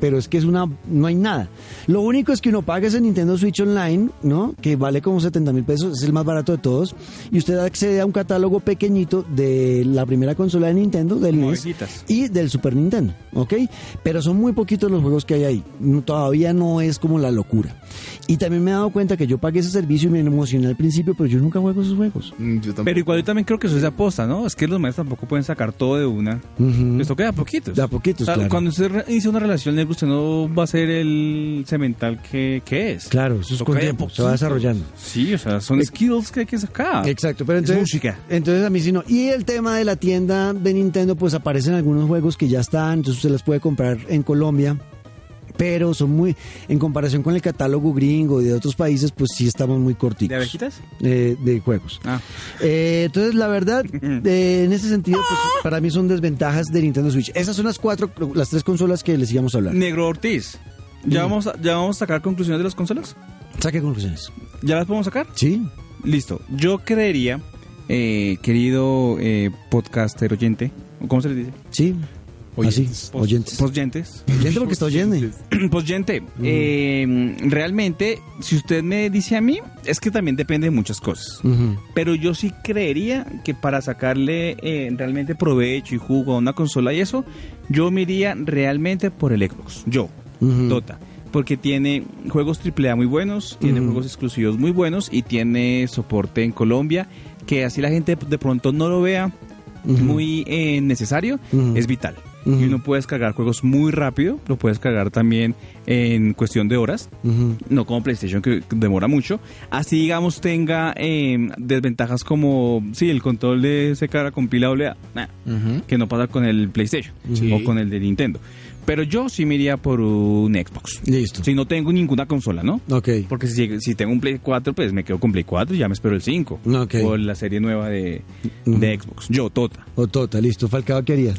Speaker 1: pero es que es una, no hay nada. Lo único es que uno paga ese Nintendo Switch Online, ¿no? Que vale como 70 mil pesos, es el más barato de todos. Y usted accede a un catálogo pequeñito de la primera consola de Nintendo, del E
Speaker 3: Como
Speaker 1: NES,
Speaker 3: ovejitas.
Speaker 1: y del Super Nintendo, ¿ok? Pero son muy poquitos los juegos que hay ahí. No- Todavía no es como la locura. Y también me he dado cuenta que yo pagué ese servicio y me emocioné al principio, pero yo nunca juego esos juegos.
Speaker 4: Mm, Yo tampoco.
Speaker 3: Pero igual yo también creo que eso es de aposta, ¿no? Es que los maestros tampoco pueden sacar todo de una. Pues
Speaker 1: Ujú.
Speaker 3: Esto queda poquitos.
Speaker 1: Mm. De a poquitos, claro.
Speaker 3: Cuando usted re- inicia una relación, negro, usted no va a ser el cemental que, que es.
Speaker 1: Claro, eso es
Speaker 3: Toca
Speaker 1: con
Speaker 3: de a
Speaker 1: tiempo, se
Speaker 3: poquitos.
Speaker 1: va desarrollando.
Speaker 3: Sí, o sea, son
Speaker 1: Eh,
Speaker 3: skills que hay que sacar.
Speaker 1: Exacto, pero
Speaker 3: Ah, Es
Speaker 1: entonces,
Speaker 3: música.
Speaker 1: entonces a mí sí no. Y el tema de la tienda de Nintendo, pues aparecen algunos juegos que ya están, entonces usted las puede comprar en Colombia. pero son muy, en comparación con el catálogo gringo y de otros países, pues sí estamos muy cortitos.
Speaker 3: ¿De abejitas?
Speaker 1: Eh, de juegos.
Speaker 3: Ah.
Speaker 1: Eh, entonces, la verdad, eh, en ese sentido, pues, para mí son desventajas de Nintendo Switch. Esas son las cuatro, las tres consolas que les íbamos a hablar.
Speaker 3: Negro Ortiz. ¿Ya, vamos a, ¿Ya vamos a sacar conclusiones de las consolas?
Speaker 1: Saque conclusiones.
Speaker 3: ¿Ya las podemos sacar?
Speaker 1: Sí.
Speaker 3: Listo. Yo creería, eh, querido eh, podcaster oyente, ¿cómo se les dice?
Speaker 1: Sí. Así,
Speaker 4: Oyentes.
Speaker 1: oyentes.
Speaker 3: Podyentes.
Speaker 1: Oyente porque está oyendo.
Speaker 3: Podyente. Eh, realmente, si usted me dice a mí, es que también depende de muchas cosas.
Speaker 1: Ujú.
Speaker 3: Pero yo sí creería que para sacarle eh, realmente provecho y jugo a una consola y eso, yo me iría realmente por el Xbox. Yo,
Speaker 1: Ujú.
Speaker 3: Dota. Porque tiene juegos AAA muy buenos, tiene
Speaker 1: Ujú.
Speaker 3: juegos exclusivos muy buenos y tiene soporte en Colombia, que así la gente de pronto no lo vea
Speaker 1: Ujú.
Speaker 3: muy eh, necesario,
Speaker 1: Ujú.
Speaker 3: es vital.
Speaker 1: Ujú.
Speaker 3: Y uno puede descargar juegos muy rápido, lo puedes cargar también en cuestión de horas,
Speaker 1: Ujú.
Speaker 3: no como PlayStation que demora mucho. Así, digamos, tenga eh, desventajas como, sí, el control de ese cara compilable, ah, nah, que no pasa con el PlayStation
Speaker 4: Sí.
Speaker 3: o con el de Nintendo. Pero yo sí me iría por un Xbox.
Speaker 1: Listo.
Speaker 3: Si no tengo ninguna consola, ¿no?
Speaker 1: Ok.
Speaker 3: Porque si, si tengo un Play 4, pues me quedo con Play 4 y ya me espero el 5.
Speaker 1: Ok.
Speaker 3: O la serie nueva de, de Xbox. Yo, Tota.
Speaker 1: O Tota, listo. Falcao, ¿qué harías?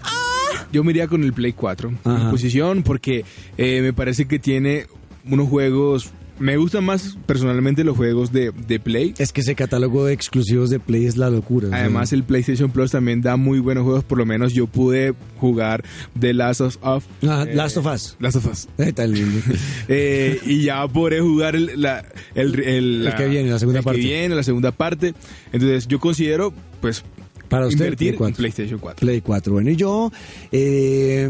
Speaker 4: Yo me iría con el Play 4
Speaker 1: Ajá.
Speaker 4: en posición porque eh, me parece que tiene unos juegos. Me gustan más personalmente los juegos de, de Play.
Speaker 1: Es que ese catálogo de exclusivos de Play es la locura. o sea.
Speaker 4: Además, el PlayStation Plus también da muy buenos juegos. Por lo menos yo pude jugar The Last of Us. eh,
Speaker 1: Ajá, Ah, Last of Us.
Speaker 4: Last of Us.
Speaker 1: Eh, tan lindo.
Speaker 4: Eh, y ya podré jugar el, la- el- el-
Speaker 1: El que viene, la segunda
Speaker 4: el
Speaker 1: parte.
Speaker 4: Que viene, la segunda parte. Entonces, yo considero, pues,
Speaker 1: Para usted,
Speaker 4: invertir
Speaker 1: Play 4.
Speaker 4: en PlayStation 4.
Speaker 1: Play 4. Bueno, y yo eh,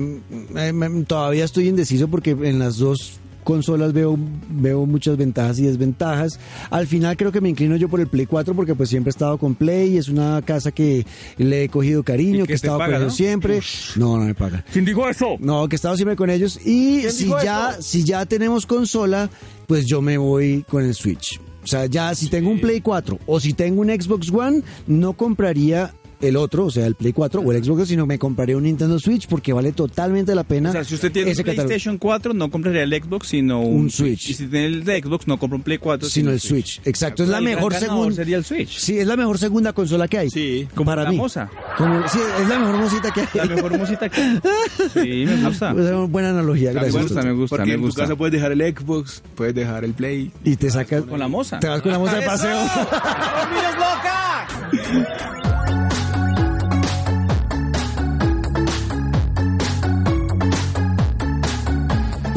Speaker 1: em, em, todavía estoy indeciso porque en las dos consolas veo, veo muchas ventajas y desventajas. Al final creo que me inclino yo por el Play 4 porque pues siempre he estado con Play, es una casa que le he cogido
Speaker 3: Y
Speaker 1: cariño,
Speaker 3: que
Speaker 1: que
Speaker 3: te
Speaker 1: he estado
Speaker 3: paga,
Speaker 1: con ellos
Speaker 3: ¿no?
Speaker 1: siempre. No, no me paga.
Speaker 3: ¿Quién dijo eso?
Speaker 1: No, que he estado siempre con ellos. Y si
Speaker 3: dijo
Speaker 1: ya, si ya tenemos consola, pues yo me voy con el Switch. O sea, ya si tengo un Play 4 o si tengo un Xbox One, no compraría el otro, o sea, el Play 4 o el Xbox, sino me compraría un Nintendo Switch porque vale totalmente la pena.
Speaker 3: O sea, si usted tiene un
Speaker 1: ese catálogo.
Speaker 3: PlayStation 4, no compraría el Xbox, sino un,
Speaker 1: Un Switch.
Speaker 3: Y si tiene el de Xbox, no compra un Play 4,
Speaker 1: sino el Switch. Exacto, es la
Speaker 3: El gran
Speaker 1: mejor
Speaker 3: ganador
Speaker 1: segunda.
Speaker 3: sería el Switch.
Speaker 1: Sí, es la mejor segunda consola que hay.
Speaker 3: Sí, como
Speaker 1: para
Speaker 3: la
Speaker 1: mí.
Speaker 3: moza.
Speaker 1: Como- sí, es la mejor mosita que hay.
Speaker 3: La mejor música que... Sí, me gusta.
Speaker 1: Es una buena analogía,
Speaker 3: Me
Speaker 1: gracias.
Speaker 3: gusta, me gusta,
Speaker 4: Porque
Speaker 3: me
Speaker 4: en
Speaker 3: gusta.
Speaker 4: tu casa puedes dejar el Xbox, puedes dejar el Play.
Speaker 1: Y te sacas
Speaker 3: Con la moza.
Speaker 1: Te vas con la moza de paseo.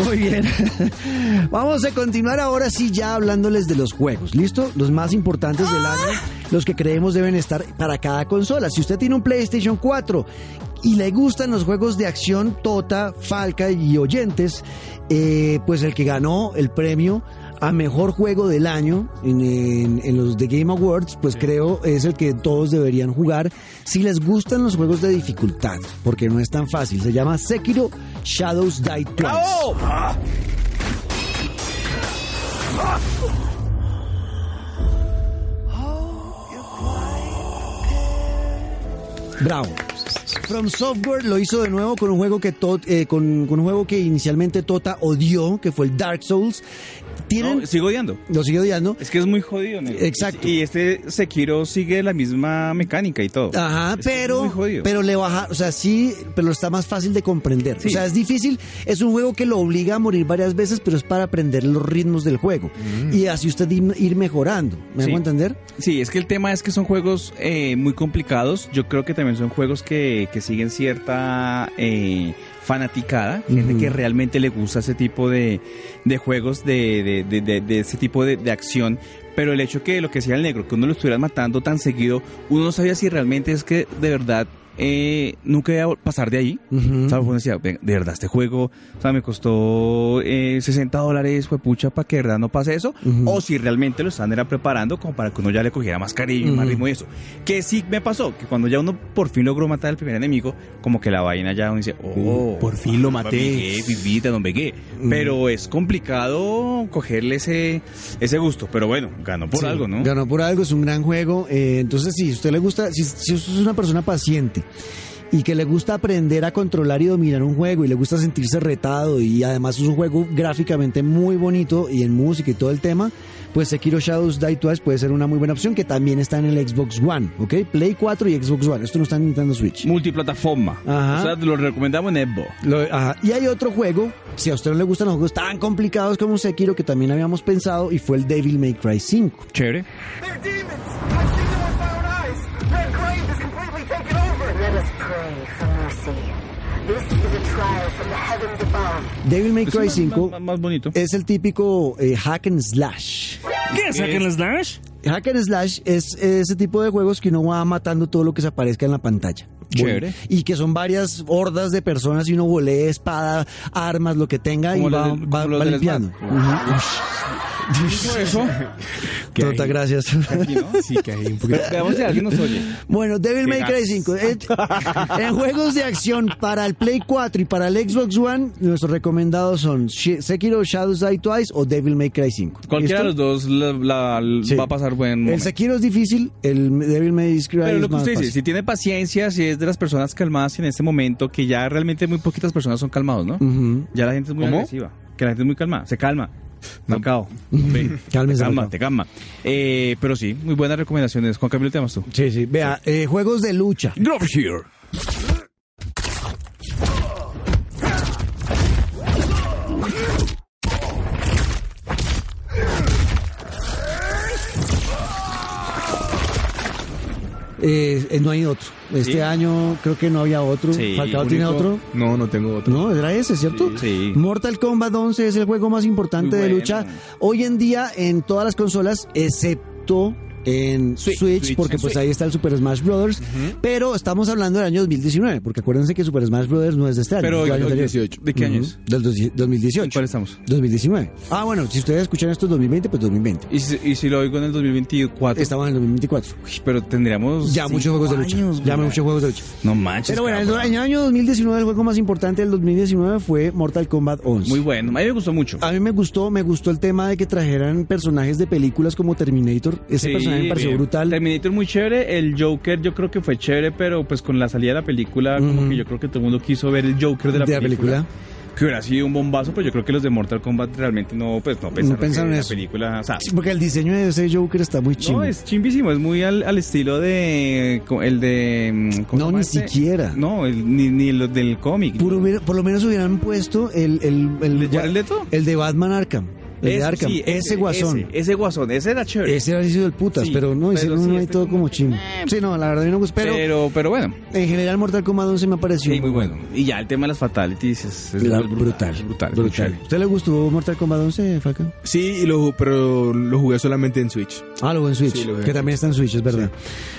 Speaker 1: Muy bien. Vamos a continuar ahora sí ya hablándoles de los juegos, ¿listo? Los más importantes del año, los que creemos deben estar para cada consola. Si usted tiene un PlayStation 4 y le gustan los juegos de acción Tota, Falca y Oyentes, eh, pues el que ganó el premio a mejor juego del año en, en- en los The Game Awards, pues creo es el que todos deberían jugar si les gustan los juegos de dificultad, porque no es tan fácil. Se llama Sekiro Shadows Die Twice. Bravo. From Software lo hizo de nuevo con un juego que tot- eh, con, con un juego que inicialmente Tota odió, que fue el Dark Souls. Tienen
Speaker 3: No, sigo odiando.
Speaker 1: lo sigue odiando.
Speaker 3: Es que es muy jodido, negro.
Speaker 1: Exacto.
Speaker 3: Y este Sekiro sigue la misma mecánica y todo.
Speaker 1: Ajá,
Speaker 3: Es que es muy
Speaker 1: pero,
Speaker 3: jodido.
Speaker 1: pero le baja, o sea, sí, pero está más fácil de comprender.
Speaker 3: Sí.
Speaker 1: O sea, es difícil, es un juego que lo obliga a morir varias veces, pero es para aprender los ritmos del juego y así usted ir ir mejorando. ¿Me
Speaker 3: Mm. Sí.
Speaker 1: hago entender?
Speaker 3: Sí, es que el tema es que son juegos eh, muy complicados. Yo creo que también son juegos que, que siguen cierta eh, fanaticada. Gente
Speaker 1: Ujú.
Speaker 3: que realmente le gusta ese tipo de, de juegos, de, de- de- de- de ese tipo de, de acción. Pero el hecho que lo que decía el negro, que uno lo estuviera matando tan seguido, uno no sabía si realmente es que de verdad eh, nunca iba a pasar de ahí.
Speaker 1: Ujú.
Speaker 3: ¿Sabes? Uno decía, "Ven, de verdad, este juego, o sea, me costó eh, 60 dólares, fue pucha, para que de verdad no pase eso.
Speaker 1: Ujú.
Speaker 3: O si realmente lo están era preparando como para que uno ya le cogiera más cariño, más
Speaker 1: Ujú.
Speaker 3: ritmo y eso. Que sí me pasó, que cuando ya uno por fin logró matar al primer enemigo, como que la vaina ya uno dice, oh,
Speaker 4: Uh, por fin lo maté.
Speaker 3: Begué, vivita, no begué. Pero es complicado cogerle ese, ese gusto. Pero bueno, ganó por
Speaker 1: Sí,
Speaker 3: algo, ¿no?
Speaker 1: Ganó por algo, es un gran juego. eh, entonces, si a usted le gusta, si, si usted es una persona paciente y que le gusta aprender a controlar y dominar un juego y le gusta sentirse retado y además es un juego gráficamente muy bonito y en música y todo el tema, pues Sekiro Shadows Die Twice puede ser una muy buena opción que también está en el Xbox One, ¿ok? Play 4 y Xbox One. Esto no está en Nintendo Switch.
Speaker 3: Multiplataforma.
Speaker 1: Ajá.
Speaker 3: O sea, lo recomendamos en Evo.
Speaker 1: Lo- ajá. Y hay otro juego, si a usted no le gustan los juegos tan complicados como Sekiro, que también habíamos pensado, y fue el Devil May Cry 5.
Speaker 3: Chévere.
Speaker 5: They're demons! I've seen them with my own eyes! Red Grave is completely taken over!
Speaker 6: Let us pray for mercy. This is a trial from the heavens above.
Speaker 1: Devil May Cry
Speaker 3: Es más-
Speaker 1: 5
Speaker 3: más- más bonito.
Speaker 1: es el típico eh, hack and slash.
Speaker 2: ¿Qué es Hack and Slash?
Speaker 1: Hack and slash es ese tipo de juegos que uno va matando todo lo que se aparezca en la pantalla.
Speaker 3: Chévere.
Speaker 1: Bueno, Y que son varias hordas de personas y uno volea espada, armas, lo que tenga y
Speaker 3: Como
Speaker 1: va,
Speaker 3: los del-
Speaker 1: va-
Speaker 3: como los
Speaker 1: va
Speaker 3: del
Speaker 1: limpiando.
Speaker 3: Smash.
Speaker 1: Ujú.
Speaker 3: Eso.
Speaker 4: Que hay-
Speaker 1: Tota, gracias.
Speaker 3: Aquí, ¿no?
Speaker 4: Sí, que hay un poquito.
Speaker 3: Veamos si alguien nos oye.
Speaker 1: Bueno, Devil May
Speaker 4: Qué
Speaker 1: Cry 5. En, en juegos de acción para el Play 4 y para el Xbox One, nuestros recomendados son Sh- Sekiro Shadows Die Twice o Devil May Cry 5.
Speaker 3: Cualquiera de
Speaker 1: ¿Listo?
Speaker 3: los dos la, la-
Speaker 1: Sí.
Speaker 3: va a pasar buen momento.
Speaker 1: El Sekiro es difícil, el Devil May Cry
Speaker 3: Pero
Speaker 1: es
Speaker 3: lo que
Speaker 1: más
Speaker 3: usted dice,
Speaker 1: fácil.
Speaker 3: si tiene paciencia, si es de las personas calmadas en este momento, que ya realmente muy poquitas personas son calmados, ¿no?
Speaker 1: Ujú.
Speaker 3: Ya la gente es muy
Speaker 4: ¿Cómo?
Speaker 3: agresiva. Que la gente es muy calmada. Se calma.
Speaker 4: No.
Speaker 3: Macao.
Speaker 1: Cálmese,
Speaker 3: Te calma,
Speaker 1: Macao.
Speaker 3: te calma. Eh, pero sí, muy buenas recomendaciones. Juan Camilo, te amas tú.
Speaker 1: Sí, sí. Vea, eh, juegos de lucha.
Speaker 4: Drop here.
Speaker 1: Eh, eh, no hay otro. Este
Speaker 3: Sí.
Speaker 1: año creo que no había otro.
Speaker 3: Sí,
Speaker 1: Falcao tiene
Speaker 4: Único-
Speaker 1: otro.
Speaker 4: No, no tengo otro.
Speaker 1: No, era ese, ¿cierto?
Speaker 3: Sí.
Speaker 1: Mortal Kombat 11 es el juego más importante
Speaker 3: Muy
Speaker 1: de
Speaker 3: bueno.
Speaker 1: lucha hoy en día en todas las consolas, excepto en Switch,
Speaker 3: Switch. Switch,
Speaker 1: porque
Speaker 3: en
Speaker 1: pues
Speaker 3: Switch.
Speaker 1: ahí está el Super Smash Brothers, pero estamos hablando del año 2019, porque acuérdense que Super Smash Brothers no es de este año,
Speaker 3: Pero
Speaker 1: es del
Speaker 3: hoy-
Speaker 1: año
Speaker 3: hoy
Speaker 1: anterior.
Speaker 3: 18. ¿De qué año
Speaker 1: Ujú,
Speaker 3: es?
Speaker 1: Del dos-
Speaker 3: ¿En
Speaker 1: 2018.
Speaker 3: cuál estamos?
Speaker 1: 2019. Ah, bueno, si ustedes escuchan esto en 2020, pues 2020.
Speaker 3: ¿Y si, y si lo oigo en el 2024?
Speaker 1: Estamos en el 2024.
Speaker 3: Uy, pero tendríamos...
Speaker 1: Ya muchos
Speaker 3: cinco
Speaker 1: juegos de lucha.
Speaker 3: años,
Speaker 1: ya
Speaker 3: güey.
Speaker 1: muchos juegos de lucha.
Speaker 3: No manches.
Speaker 1: Pero bueno,
Speaker 3: cabrón.
Speaker 1: en el año 2019 el juego más importante del 2019 fue Mortal Kombat 11.
Speaker 3: Muy bueno. A mí me gustó mucho.
Speaker 1: A mí me gustó, me gustó el tema de que trajeran personajes de películas como Terminator. Ese
Speaker 3: Sí,
Speaker 1: personaje me pareció
Speaker 3: bien.
Speaker 1: brutal.
Speaker 3: Terminator muy chévere. El Joker yo creo que fue chévere, pero pues con la salida de la película, como
Speaker 1: Ujú.
Speaker 3: que yo creo que todo el mundo quiso ver el Joker de la, película, Que hubiera sido un bombazo, pero yo creo que los de Mortal Kombat realmente no, pues, no pensaron,
Speaker 1: pensaron
Speaker 3: que
Speaker 1: eso.
Speaker 3: la película. O sea,
Speaker 1: Sí, porque el diseño de ese Joker está muy
Speaker 3: Ah. no,
Speaker 1: chido.
Speaker 3: es chimbísimo, es muy al, al estilo de co- el de mm, ¿cómo
Speaker 1: No,
Speaker 3: se llama
Speaker 1: ni
Speaker 3: este?
Speaker 1: siquiera.
Speaker 3: No, el- ni, ni los del cómic.
Speaker 1: Puro hubiera- por lo menos hubieran puesto el, el, el,
Speaker 3: ¿El de Jared Leto?
Speaker 1: el de Batman Arkham. El de
Speaker 3: Ese,
Speaker 1: Arkham.
Speaker 3: sí,
Speaker 1: ese, guasón.
Speaker 3: Ese, ese guasón, ese era chévere.
Speaker 1: Ese era el del putas,
Speaker 3: Sí,
Speaker 1: pero no,
Speaker 3: pero
Speaker 1: hicieron
Speaker 3: sí,
Speaker 1: uno ahí
Speaker 3: este
Speaker 1: todo
Speaker 3: como
Speaker 1: como
Speaker 3: que-
Speaker 1: chino. Sí, no, la verdad a mí no me gustó. Pero,
Speaker 3: pero, pero, bueno,
Speaker 1: en general Mortal Kombat 11 me pareció
Speaker 3: sí, muy bueno. Y ya el tema de las fatalities es, es
Speaker 1: La-
Speaker 3: muy
Speaker 1: brutal.
Speaker 3: brutal, muy
Speaker 1: brutal.
Speaker 3: chévere.
Speaker 1: ¿Usted le gustó Mortal Kombat 11, Falcao?
Speaker 4: Sí, y lo, pero lo jugué solamente en Switch.
Speaker 1: Ah, luego en Switch,
Speaker 4: Sí, lo veo
Speaker 1: que
Speaker 4: en
Speaker 1: también está en Switch, es verdad.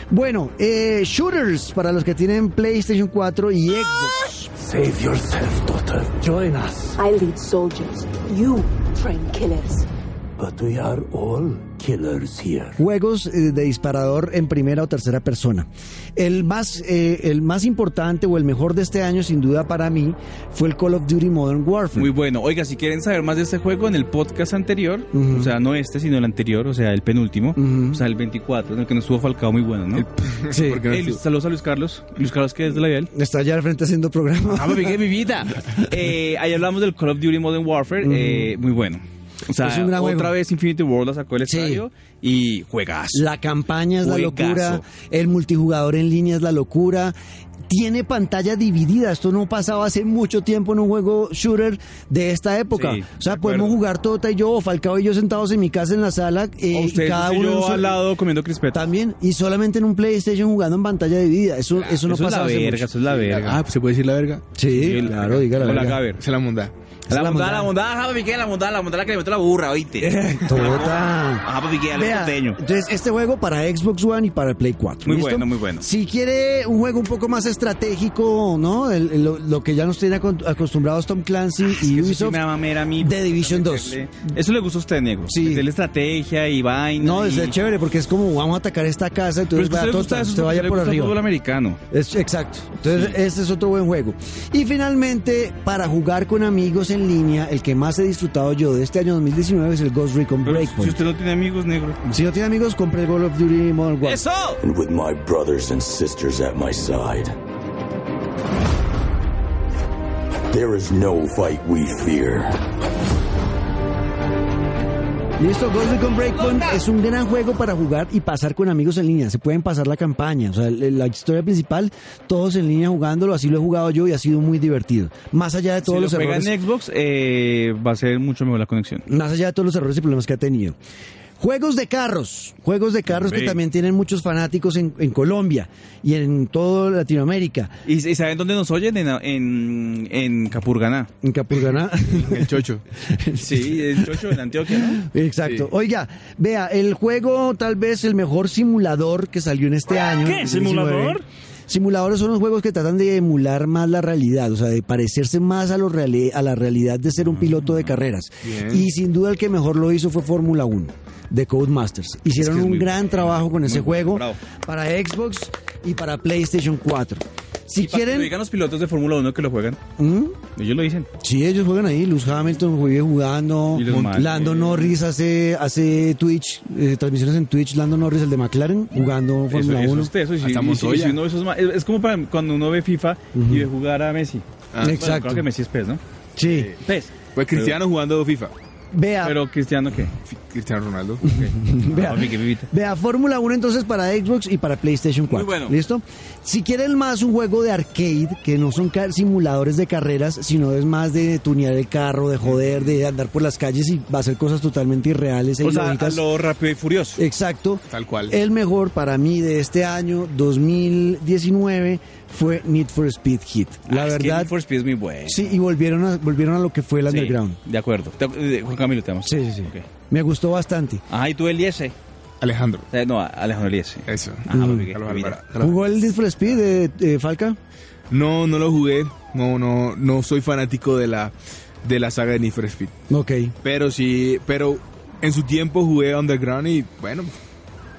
Speaker 1: Bueno, eh, shooters para los que tienen PlayStation 4 y Xbox.
Speaker 7: Save yourself, daughter. Join us.
Speaker 6: I lead soldiers. You train killers.
Speaker 7: But we are all killers here.
Speaker 1: Juegos eh, de disparador en primera o tercera persona. El más, eh, el más importante o el mejor de este año, sin duda para mí, fue el Call of Duty Modern Warfare.
Speaker 3: Muy bueno. Oiga, si quieren saber más de este juego, en el podcast anterior,
Speaker 1: Ujú.
Speaker 3: o sea, no este, sino el anterior, o sea, el penúltimo,
Speaker 1: Ujú.
Speaker 3: o sea, el 24, en el que nos estuvo Falcao muy bueno, ¿no?
Speaker 1: Sí.
Speaker 4: Porque no
Speaker 3: Eh,
Speaker 4: estuvo-
Speaker 3: saludos a Luis Carlos. Luis Carlos, que es de la Vial.
Speaker 1: Está allá al frente haciendo programa.
Speaker 3: Ah, me mi vida. Eh, ahí hablamos del Call of Duty Modern Warfare, eh, muy bueno. O sea,
Speaker 1: Es un gran
Speaker 3: otra
Speaker 1: juego.
Speaker 3: vez Infinity World la sacó el
Speaker 1: Sí.
Speaker 3: estadio y juegas.
Speaker 1: La campaña es la
Speaker 3: Juegazo.
Speaker 1: locura, el multijugador en línea es la locura. Tiene pantalla dividida, esto no pasaba hace mucho tiempo en un juego shooter de esta época.
Speaker 3: Sí,
Speaker 1: o sea,
Speaker 3: de
Speaker 1: podemos
Speaker 3: acuerdo.
Speaker 1: jugar Tota y yo, o Falcao y yo sentados en mi casa en la sala, eh, y
Speaker 3: Ustedes
Speaker 1: cada
Speaker 3: y
Speaker 1: uno en un
Speaker 3: yo
Speaker 1: solo-
Speaker 3: al lado comiendo crispeta.
Speaker 1: también, y solamente en un PlayStation jugando en pantalla dividida. Eso, eso no
Speaker 3: eso es la
Speaker 1: pasaba hace
Speaker 3: verga,
Speaker 1: mucho.
Speaker 3: eso es la verga.
Speaker 4: Ah, ¿se puede decir la verga?
Speaker 1: Sí,
Speaker 3: el-
Speaker 1: claro, diga la
Speaker 3: Hola,
Speaker 1: verga.
Speaker 3: Gaber.
Speaker 4: Se la monda.
Speaker 1: Esa es
Speaker 3: La montada, la
Speaker 1: montada.
Speaker 3: montada, Javi Miguel, la montada, la montada la que le metió la burra, oíste.
Speaker 1: Tota.
Speaker 3: Ajá, papi, que ya le
Speaker 1: Vea,
Speaker 3: costeño.
Speaker 1: entonces este juego para Xbox One y para el Play 4.
Speaker 3: Muy
Speaker 1: ¿listo?
Speaker 3: bueno, muy bueno.
Speaker 1: Si quiere un juego un poco más estratégico, ¿no? El- el- lo, lo que ya nos tiene acon- acostumbrados Tom Clancy y
Speaker 3: Ah, Eso sí
Speaker 1: Ubisoft.
Speaker 3: me da mamera a mí.
Speaker 1: The Division 2.
Speaker 3: Eso le gusta a usted, negro.
Speaker 1: Sí.
Speaker 3: Sí. la estrategia y vaina.
Speaker 1: No, es
Speaker 3: y...
Speaker 1: de chévere porque es como vamos a atacar esta casa,
Speaker 3: Pero
Speaker 1: entonces
Speaker 3: es que a usted
Speaker 1: vaya
Speaker 3: le gusta
Speaker 1: tota,
Speaker 3: eso,
Speaker 1: usted
Speaker 3: porque a usted
Speaker 1: vaya
Speaker 3: le
Speaker 1: por
Speaker 3: gusta el fútbol
Speaker 1: arriba.
Speaker 3: americano.
Speaker 1: Es, exacto. Entonces, este es otro buen juego. Y finalmente, para jugar con amigos en línea, el que más he disfrutado yo de este año 2019 es el Ghost Recon
Speaker 3: Pero si
Speaker 1: Breakpoint.
Speaker 3: usted no tiene amigos, negro.
Speaker 1: Si no tiene amigos, compre el Call of Duty Modern Warfare.
Speaker 3: ¡Eso!
Speaker 7: And with my brothers and sisters at my side, There is no fight we fear.
Speaker 1: Listo, Ghost Recon Breakpoint es un gran juego para jugar y pasar con amigos en línea. Se pueden pasar la campaña, o sea, el- la historia principal, todos en línea jugándolo. Así lo he jugado yo y ha sido muy divertido. Más allá de todos
Speaker 3: si lo
Speaker 1: los
Speaker 3: juega en
Speaker 1: errores,
Speaker 3: Xbox, eh, va a ser mucho mejor la conexión.
Speaker 1: más allá de todos los errores y problemas que ha tenido. Juegos de carros, juegos de carros que
Speaker 3: Hombre.
Speaker 1: también tienen muchos fanáticos en, en Colombia y en toda Latinoamérica.
Speaker 3: ¿Y, y saben dónde nos oyen? En, en, en Capurganá.
Speaker 1: En Capurganá.
Speaker 4: El chocho.
Speaker 3: Sí, en Chocho, en Antioquia, ¿no?
Speaker 1: Exacto.
Speaker 4: Sí.
Speaker 1: Oiga, vea, el juego tal vez el mejor simulador que salió en este año.
Speaker 8: ¿Qué?
Speaker 1: 2019.
Speaker 8: ¿Simulador?
Speaker 1: Simuladores son los juegos que tratan de emular más la realidad, o sea, de parecerse más a, lo reali- a la realidad de ser un piloto de
Speaker 3: Mm,
Speaker 1: carreras.
Speaker 4: Bien.
Speaker 1: Y sin duda el que mejor lo hizo fue Fórmula 1 de Codemasters. Hicieron
Speaker 3: Es que es
Speaker 1: un
Speaker 3: muy-
Speaker 1: gran trabajo con ese
Speaker 3: bueno,
Speaker 1: juego
Speaker 3: bravo.
Speaker 1: para Xbox y para PlayStation 4. Si
Speaker 3: Para que lo
Speaker 1: quieren...
Speaker 3: digan los pilotos de Fórmula 1 que lo juegan.
Speaker 1: ¿Mm?
Speaker 3: Ellos lo dicen.
Speaker 1: Sí, ellos juegan ahí. Luz Hamilton vive jugando.
Speaker 3: Y los
Speaker 1: Mont-
Speaker 3: más,
Speaker 1: Lando
Speaker 3: eh.
Speaker 1: Norris hace, hace Twitch, eh, transmisiones en Twitch. Lando Norris, el de McLaren, jugando
Speaker 3: Eso,
Speaker 1: Fórmula
Speaker 3: eso
Speaker 1: 1.
Speaker 3: es teso, y si-
Speaker 4: Hasta
Speaker 3: y si-
Speaker 4: Montoya.
Speaker 3: y si uno de esos ma- es, es como para cuando uno ve FIFA y ve jugar a Messi.
Speaker 4: Ah,
Speaker 3: Bueno,
Speaker 1: Exacto.
Speaker 3: claro que Messi es PES, ¿no?
Speaker 1: Sí.
Speaker 3: PES.
Speaker 4: Pues Cristiano jugando FIFA.
Speaker 1: Vea,
Speaker 3: Eh, Pero Cristiano, ¿qué?
Speaker 4: F- Cristiano Ronaldo.
Speaker 1: vea.
Speaker 3: Ah, papi, qué pipita.
Speaker 1: Vea, Fórmula 1 entonces para Xbox y para PlayStation 4.
Speaker 3: bueno.
Speaker 1: ¿Listo? Si quieren más un juego de arcade, que no son car- simuladores de carreras, sino es más de tunear el carro, de joder, de andar por las calles y va a hacer cosas totalmente irreales e
Speaker 3: O sea, a
Speaker 1: ilógicas.
Speaker 3: lo rápido y furioso.
Speaker 1: Eh, Exacto.
Speaker 4: Tal cual.
Speaker 1: El mejor para mí de este año 2019 fue Need for Speed Hit. La
Speaker 3: Ah, es que
Speaker 1: verdad,
Speaker 3: Need for Speed es muy bueno.
Speaker 1: sí, y volvieron a, volvieron a lo que fue el
Speaker 3: Sí,
Speaker 1: underground.
Speaker 3: De acuerdo. Te- eh, Juan Camilo, te damos.
Speaker 1: Sí, sí, sí.
Speaker 3: Ok.
Speaker 1: Me gustó bastante.
Speaker 3: Ajá, y tú Eliese.
Speaker 4: Alejandro. Ah,
Speaker 3: Eh, No, Alejandro Eliese.
Speaker 4: Eso.
Speaker 3: Ajá,
Speaker 1: Mm.
Speaker 3: papi, qué
Speaker 4: Carlos
Speaker 3: pipita.
Speaker 4: Alvarado.
Speaker 1: ¿Jugó el Need for Speed de Falca?
Speaker 4: No, no lo jugué. No, no, no soy fanático de la, de la saga de Need for Speed.
Speaker 1: Ok.
Speaker 4: Pero sí, pero en su tiempo jugué Underground y bueno,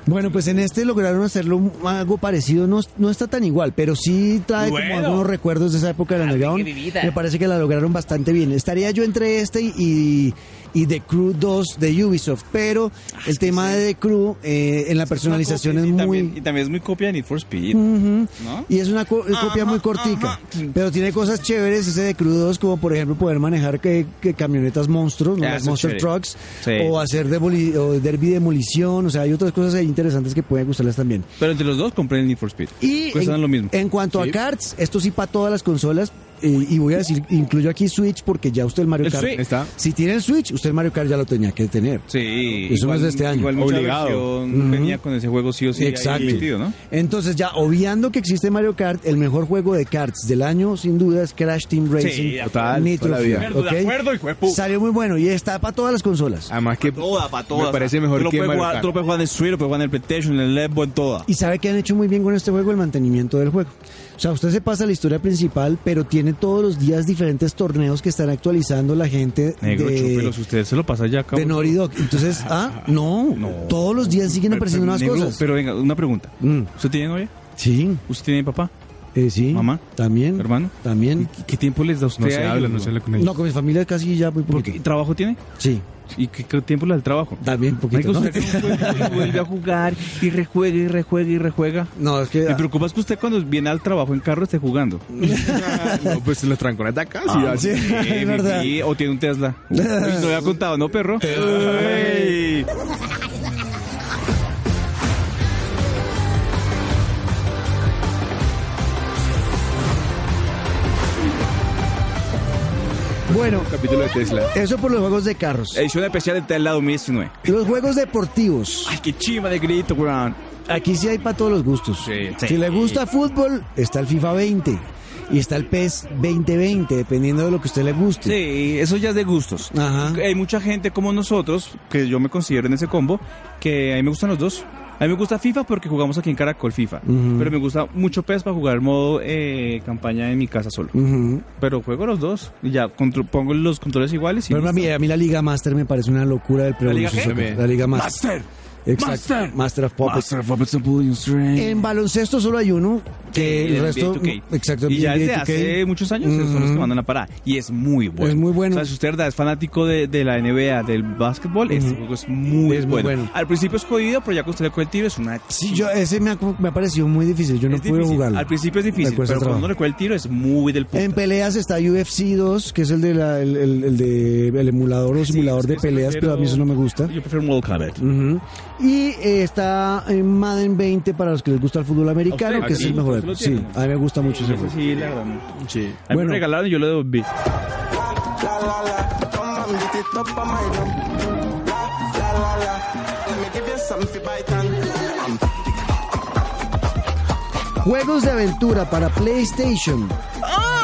Speaker 1: Bueno, pues en este lograron hacerlo un- algo parecido. No, no está tan igual, pero sí trae como
Speaker 3: Bueno.
Speaker 1: algunos recuerdos de esa época del underground. Me parece que la lograron bastante bien. Estaría yo entre este y, y The Crew 2 de Ubisoft, pero
Speaker 3: Ah,
Speaker 1: el tema de The Crew eh, en la personalización
Speaker 3: Una
Speaker 1: es
Speaker 3: copia, y
Speaker 1: muy...
Speaker 3: También, y también es muy copia de Need for Speed.
Speaker 1: Ujú.
Speaker 3: ¿No?
Speaker 1: Y es una co- copia muy cortica, pero tiene cosas chéveres ese de crudos, como por ejemplo poder manejar que, que camionetas monstruos, ¿no?
Speaker 3: Ah,
Speaker 1: las
Speaker 3: eso es
Speaker 1: monster
Speaker 3: chévere.
Speaker 1: trucks,
Speaker 3: Sí.
Speaker 1: o hacer demoli- o derby demolición, o sea, hay otras cosas ahí interesantes que pueden gustarles también.
Speaker 3: Pero entre los dos compré el Need for Speed.
Speaker 1: Y
Speaker 3: Cuestan
Speaker 1: en, eh,
Speaker 3: lo mismo.
Speaker 1: en cuanto a carts, esto sí para todas las consolas, eh, y voy a decir, incluyo aquí Switch porque ya usted el Mario
Speaker 3: El
Speaker 1: Kart...
Speaker 3: Switch.
Speaker 4: está.
Speaker 1: Si tiene el Switch, usted el Mario Kart ya lo tenía que tener.
Speaker 3: Sí.
Speaker 1: Eso no es de este año.
Speaker 3: Igual mucha
Speaker 4: Obligado.
Speaker 3: versión
Speaker 1: Ujú.
Speaker 3: venía con ese juego sí o sí. ahí
Speaker 1: Exacto.
Speaker 3: metido, ¿no?
Speaker 1: Entonces, ya obviando que existe Mario Kart, el mejor juego de karts del año, sin duda, es Crash Team Racing.
Speaker 3: de acuerdo.
Speaker 4: Total,
Speaker 1: Nitro
Speaker 4: toda la vida.
Speaker 1: Fuel,
Speaker 3: De
Speaker 1: ¿ok?
Speaker 3: acuerdo, hijo de puta.
Speaker 1: Salió muy bueno y está para todas las consolas.
Speaker 3: Ah.
Speaker 4: además que me parece
Speaker 3: Tú
Speaker 4: mejor
Speaker 3: lo
Speaker 4: que
Speaker 3: puedes
Speaker 4: Mario
Speaker 3: jugar-
Speaker 4: Kart.
Speaker 3: Tú lo puedes jugar en el Switch, lo puedes jugar en el PlayStation, en el Lembo, en toda.
Speaker 1: Y sabe que han hecho muy bien con este juego el mantenimiento del juego. O sea, usted se pasa la historia principal, pero tiene todos los días diferentes torneos que están actualizando la gente
Speaker 3: Negro, chúpelo,
Speaker 1: de,
Speaker 3: si usted se lo pasa ya,
Speaker 1: de
Speaker 3: cabrón.
Speaker 1: Naughty Dog. Entonces, ah, no, todos los días siguen
Speaker 3: Pero-
Speaker 1: apareciendo
Speaker 3: pero,
Speaker 1: nuevas
Speaker 3: negro,
Speaker 1: cosas.
Speaker 3: Pero venga, una pregunta.
Speaker 1: Mm,
Speaker 3: ¿Usted tiene novia?
Speaker 1: sí,
Speaker 3: ¿Usted tiene papá?
Speaker 1: eh, sí.
Speaker 3: Mamá,
Speaker 1: También.
Speaker 3: hermano.
Speaker 1: También.
Speaker 3: ¿Qué- ¿Qué tiempo les da usted
Speaker 4: No se
Speaker 3: a
Speaker 4: habla,
Speaker 3: ellos,
Speaker 4: no
Speaker 3: güey?
Speaker 4: se habla con ellos.
Speaker 1: No, con mi familia casi ya muy poquito.
Speaker 3: Porque- ¿Trabajo tiene?
Speaker 1: Sí,
Speaker 3: ¿Y qué, qué tiempo le da el trabajo?
Speaker 1: también
Speaker 3: Marica,
Speaker 1: poquito. ¿no?
Speaker 3: usted que no juega, vuelve a jugar y rejuega y rejuega y rejuega.
Speaker 1: No, es que ah,
Speaker 3: Me preocupa es que usted cuando viene al trabajo en carro esté jugando.
Speaker 4: No, pues los trancones de acá. sí, así.
Speaker 1: Ah, sí. Es
Speaker 3: mi
Speaker 1: verdad.
Speaker 3: sí, Eh, o tiene un Tesla. Uy, no había contado, ¿no, perro? Ey.
Speaker 1: bueno,
Speaker 4: Capítulo de Tesla.
Speaker 1: eso por los juegos de carros.
Speaker 3: Edición especial de Tesla 2019.
Speaker 1: Los juegos deportivos.
Speaker 3: Ay, qué chiva de grito, weón.
Speaker 1: Aquí sí hay para todos los gustos.
Speaker 3: Sí, sí.
Speaker 1: Si le gusta fútbol, está el FIFA 20 y está el PES 2020, dependiendo de lo que a usted le guste.
Speaker 3: Sí, Eh, eso ya es de gustos.
Speaker 1: Ajá.
Speaker 3: Hay mucha gente como nosotros, que yo me considero en ese combo, que a mí me gustan los dos. A mí me gusta FIFA porque jugamos aquí en Caracol FIFA.
Speaker 1: Ujú.
Speaker 3: Pero me gusta mucho PES para jugar modo eh, campaña en mi casa solo.
Speaker 1: Ujú.
Speaker 3: Pero juego los dos. Y ya contro- pongo los controles iguales y.
Speaker 1: Pero a mí, a mí la Liga Master me parece una locura del Pro
Speaker 3: ¿La Liga
Speaker 1: Evolution
Speaker 3: qué?
Speaker 1: Soccer. La Liga Master. Exacto.
Speaker 3: Master.
Speaker 1: Master of Puppets.
Speaker 3: Master of Puppets and Pudding String.
Speaker 1: En baloncesto solo hay uno. Que
Speaker 3: Eh,
Speaker 1: el resto.
Speaker 3: NBA 2K.
Speaker 1: Exacto.
Speaker 3: Y ya
Speaker 1: NBA
Speaker 3: desde
Speaker 1: 2K.
Speaker 3: hace muchos años son los que mandan la parada. Y es muy bueno.
Speaker 1: mm. Es muy bueno.
Speaker 3: O sea, si usted de verdad es fanático de, de la NBA, del básquetbol, este juego es muy,
Speaker 1: Es muy
Speaker 3: bueno.
Speaker 1: bueno.
Speaker 3: Al principio es jodido, pero ya que usted le coge el tiro, es una.
Speaker 1: Sí, yo, ese me ha, me ha parecido muy difícil. Yo no
Speaker 3: es
Speaker 1: pude
Speaker 3: difícil.
Speaker 1: jugarlo.
Speaker 3: Al principio es difícil,
Speaker 1: Me
Speaker 3: pero
Speaker 1: cuesta
Speaker 3: cuando
Speaker 1: trabajo.
Speaker 3: uno le coge el tiro, es muy del puto.
Speaker 1: En peleas está UFC 2, que es el de la- el, el- el de el emulador o simulador de peleas, pero a mí eso no me gusta.
Speaker 3: Yo prefiero un World Combat.
Speaker 1: Ujú. Y eh, está en Madden 20 para los que les gusta el fútbol americano,
Speaker 3: ¿A
Speaker 1: que
Speaker 3: usted?
Speaker 1: es el
Speaker 3: ¿Aquí?
Speaker 1: mejor.
Speaker 3: ¿Usted Pues lo
Speaker 1: Sí,
Speaker 3: tiene?
Speaker 1: a mí me gusta mucho ese
Speaker 3: Ese
Speaker 1: juego.
Speaker 3: Pues sí, la verdad. no.
Speaker 4: Sí.
Speaker 3: A mí
Speaker 1: Bueno.
Speaker 3: me regalaron y yo lo devolví.
Speaker 1: Juegos de aventura para PlayStation.
Speaker 3: Ah.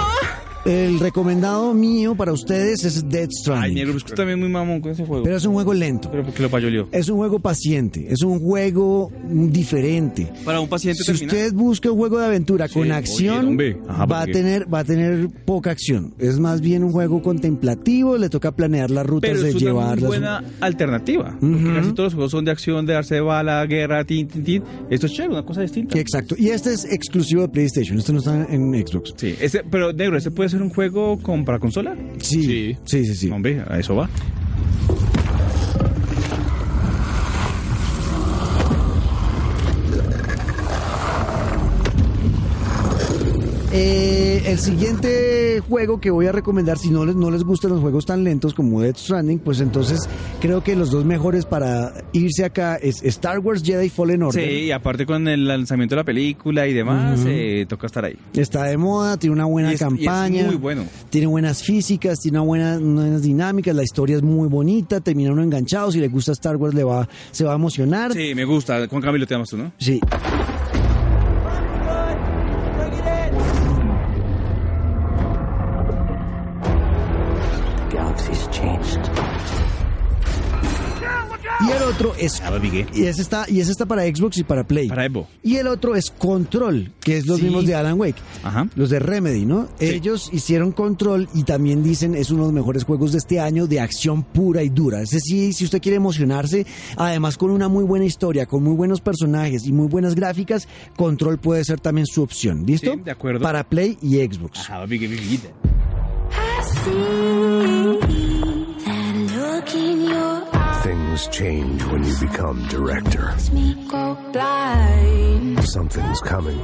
Speaker 1: El recomendado mío para ustedes es Dead
Speaker 3: Ay, negro,
Speaker 1: Stranding.
Speaker 3: es que también muy mamón con ese juego.
Speaker 1: Pero Eh, es un juego lento.
Speaker 3: Pero porque lo payolió.
Speaker 1: Es un juego paciente, es un juego diferente.
Speaker 3: Para un paciente
Speaker 1: Si
Speaker 3: terminal.
Speaker 1: usted busca un juego de aventura con acción,
Speaker 3: hombre. Ajá,
Speaker 1: va a
Speaker 3: porque-
Speaker 1: tener va a tener poca acción. Es más bien un juego contemplativo, le toca planear las rutas
Speaker 3: Pero
Speaker 1: de
Speaker 3: es una muy
Speaker 1: llevarlas.
Speaker 3: buena alternativa. porque
Speaker 1: Ujú.
Speaker 3: Casi todos los juegos son de acción, de darse bala, guerra, tin, tin, tin. Esto es chévere, una cosa distinta.
Speaker 1: Sí, Exacto. Y este es exclusivo de PlayStation, este no está en Xbox.
Speaker 3: Sí, ese, pero negro, ¿ese puede ser un juego con, para consola?
Speaker 1: Sí. Sí, sí, sí.
Speaker 3: Hombre, a eso va.
Speaker 1: Eh, el siguiente juego que voy a recomendar, si no les, no les gustan los juegos tan lentos como Death Stranding, pues entonces creo que los dos mejores para irse acá es Star Wars Jedi Fallen Order.
Speaker 3: Sí, y aparte con el lanzamiento de la película y demás, eh, toca estar ahí.
Speaker 1: Está de moda, tiene una buena
Speaker 3: Y es- y es
Speaker 1: campaña.
Speaker 3: muy bueno.
Speaker 1: Tiene buenas físicas, tiene una buena, buenas dinámicas, la historia es muy bonita, termina uno enganchado, si le gusta Star Wars le va, se va a emocionar.
Speaker 3: Sí, me gusta. Juan Camilo, te amas tú, ¿no?
Speaker 1: Sí.
Speaker 7: Galaxy's changed.
Speaker 1: Y el otro es y ese está y ese está para Xbox y para Play.
Speaker 3: Para Evo.
Speaker 1: Y el otro es Control, que es los
Speaker 3: Sí.
Speaker 1: mismos de Alan Wake.
Speaker 3: Ajá.
Speaker 1: Los de Remedy, ¿no? Ellos hicieron Control y también dicen es uno de los mejores juegos de este año de acción pura y dura. Ese sí, si usted quiere emocionarse, además con una muy buena historia, con muy buenos personajes y muy buenas gráficas, Control puede ser también su opción. ¿Listo?
Speaker 3: Sí, de acuerdo.
Speaker 1: Para Play y Xbox.
Speaker 3: Ajá, Big Big
Speaker 7: Things change when you become director. Something's coming.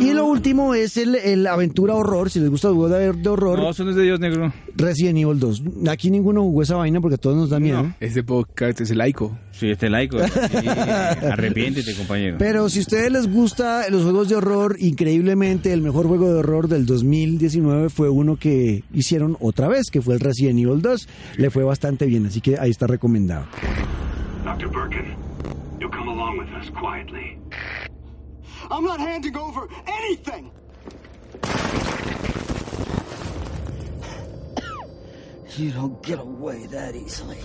Speaker 1: Y lo último es el, el aventura horror, si les gusta el juego de de horror,
Speaker 3: No, eso no es de Dios negro.
Speaker 1: Resident Evil 2. Aquí ninguno jugó esa vaina porque a todos nos da miedo.
Speaker 4: Este podcast es laico.
Speaker 3: Sí, este laico. sí. Arrepiéntete, compañero.
Speaker 1: Pero si a ustedes les gusta los juegos de horror, increíblemente el mejor juego de horror del 2019 fue uno que hicieron otra vez, que fue el Resident Evil 2. Le fue bastante bien, así que ahí está recomendado.
Speaker 8: Dr. Birkin, you'll come along with us quietly.
Speaker 5: I'm not handing over anything!
Speaker 6: You don't get away that easily.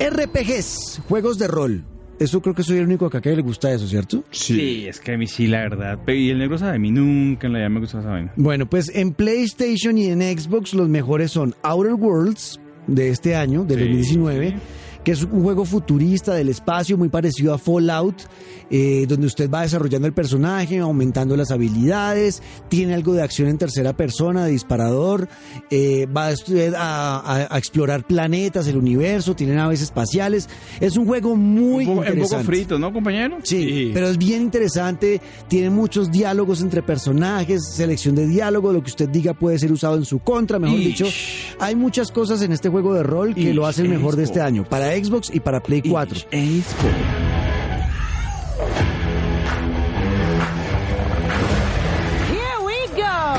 Speaker 1: RPGs, juegos de rol. Eso creo que soy el único acá que le gusta eso, ¿cierto?
Speaker 3: Sí. es que a mí sí, la verdad. Pero- Y el negro sabe, a mí nunca en la vida me gustó esa vaina.
Speaker 1: Bueno, pues en PlayStation y en Xbox los mejores son Outer Worlds de este año, de
Speaker 3: Sí,
Speaker 1: 2019,
Speaker 3: sí.
Speaker 1: que es un juego futurista del espacio muy parecido a Fallout, eh, donde usted va desarrollando el personaje, aumentando las habilidades, tiene algo de acción en tercera persona, de disparador, eh, va a, usted a- a- a explorar planetas, el universo, tienen aves espaciales. Es un juego muy
Speaker 3: un, poco, un poco
Speaker 1: interesante.
Speaker 3: frito, ¿no, compañero?
Speaker 1: Sí,
Speaker 4: Sí.
Speaker 1: pero es bien interesante, tiene muchos diálogos entre personajes, selección de diálogo, lo que usted diga puede ser usado en su contra, mejor
Speaker 3: Ish.
Speaker 1: dicho. Hay muchas cosas en este juego de rol que
Speaker 3: Ish,
Speaker 1: lo hace el mejor de
Speaker 3: Expo.
Speaker 1: este año, para Xbox y para Play 4.
Speaker 3: Expo.
Speaker 2: Here we go.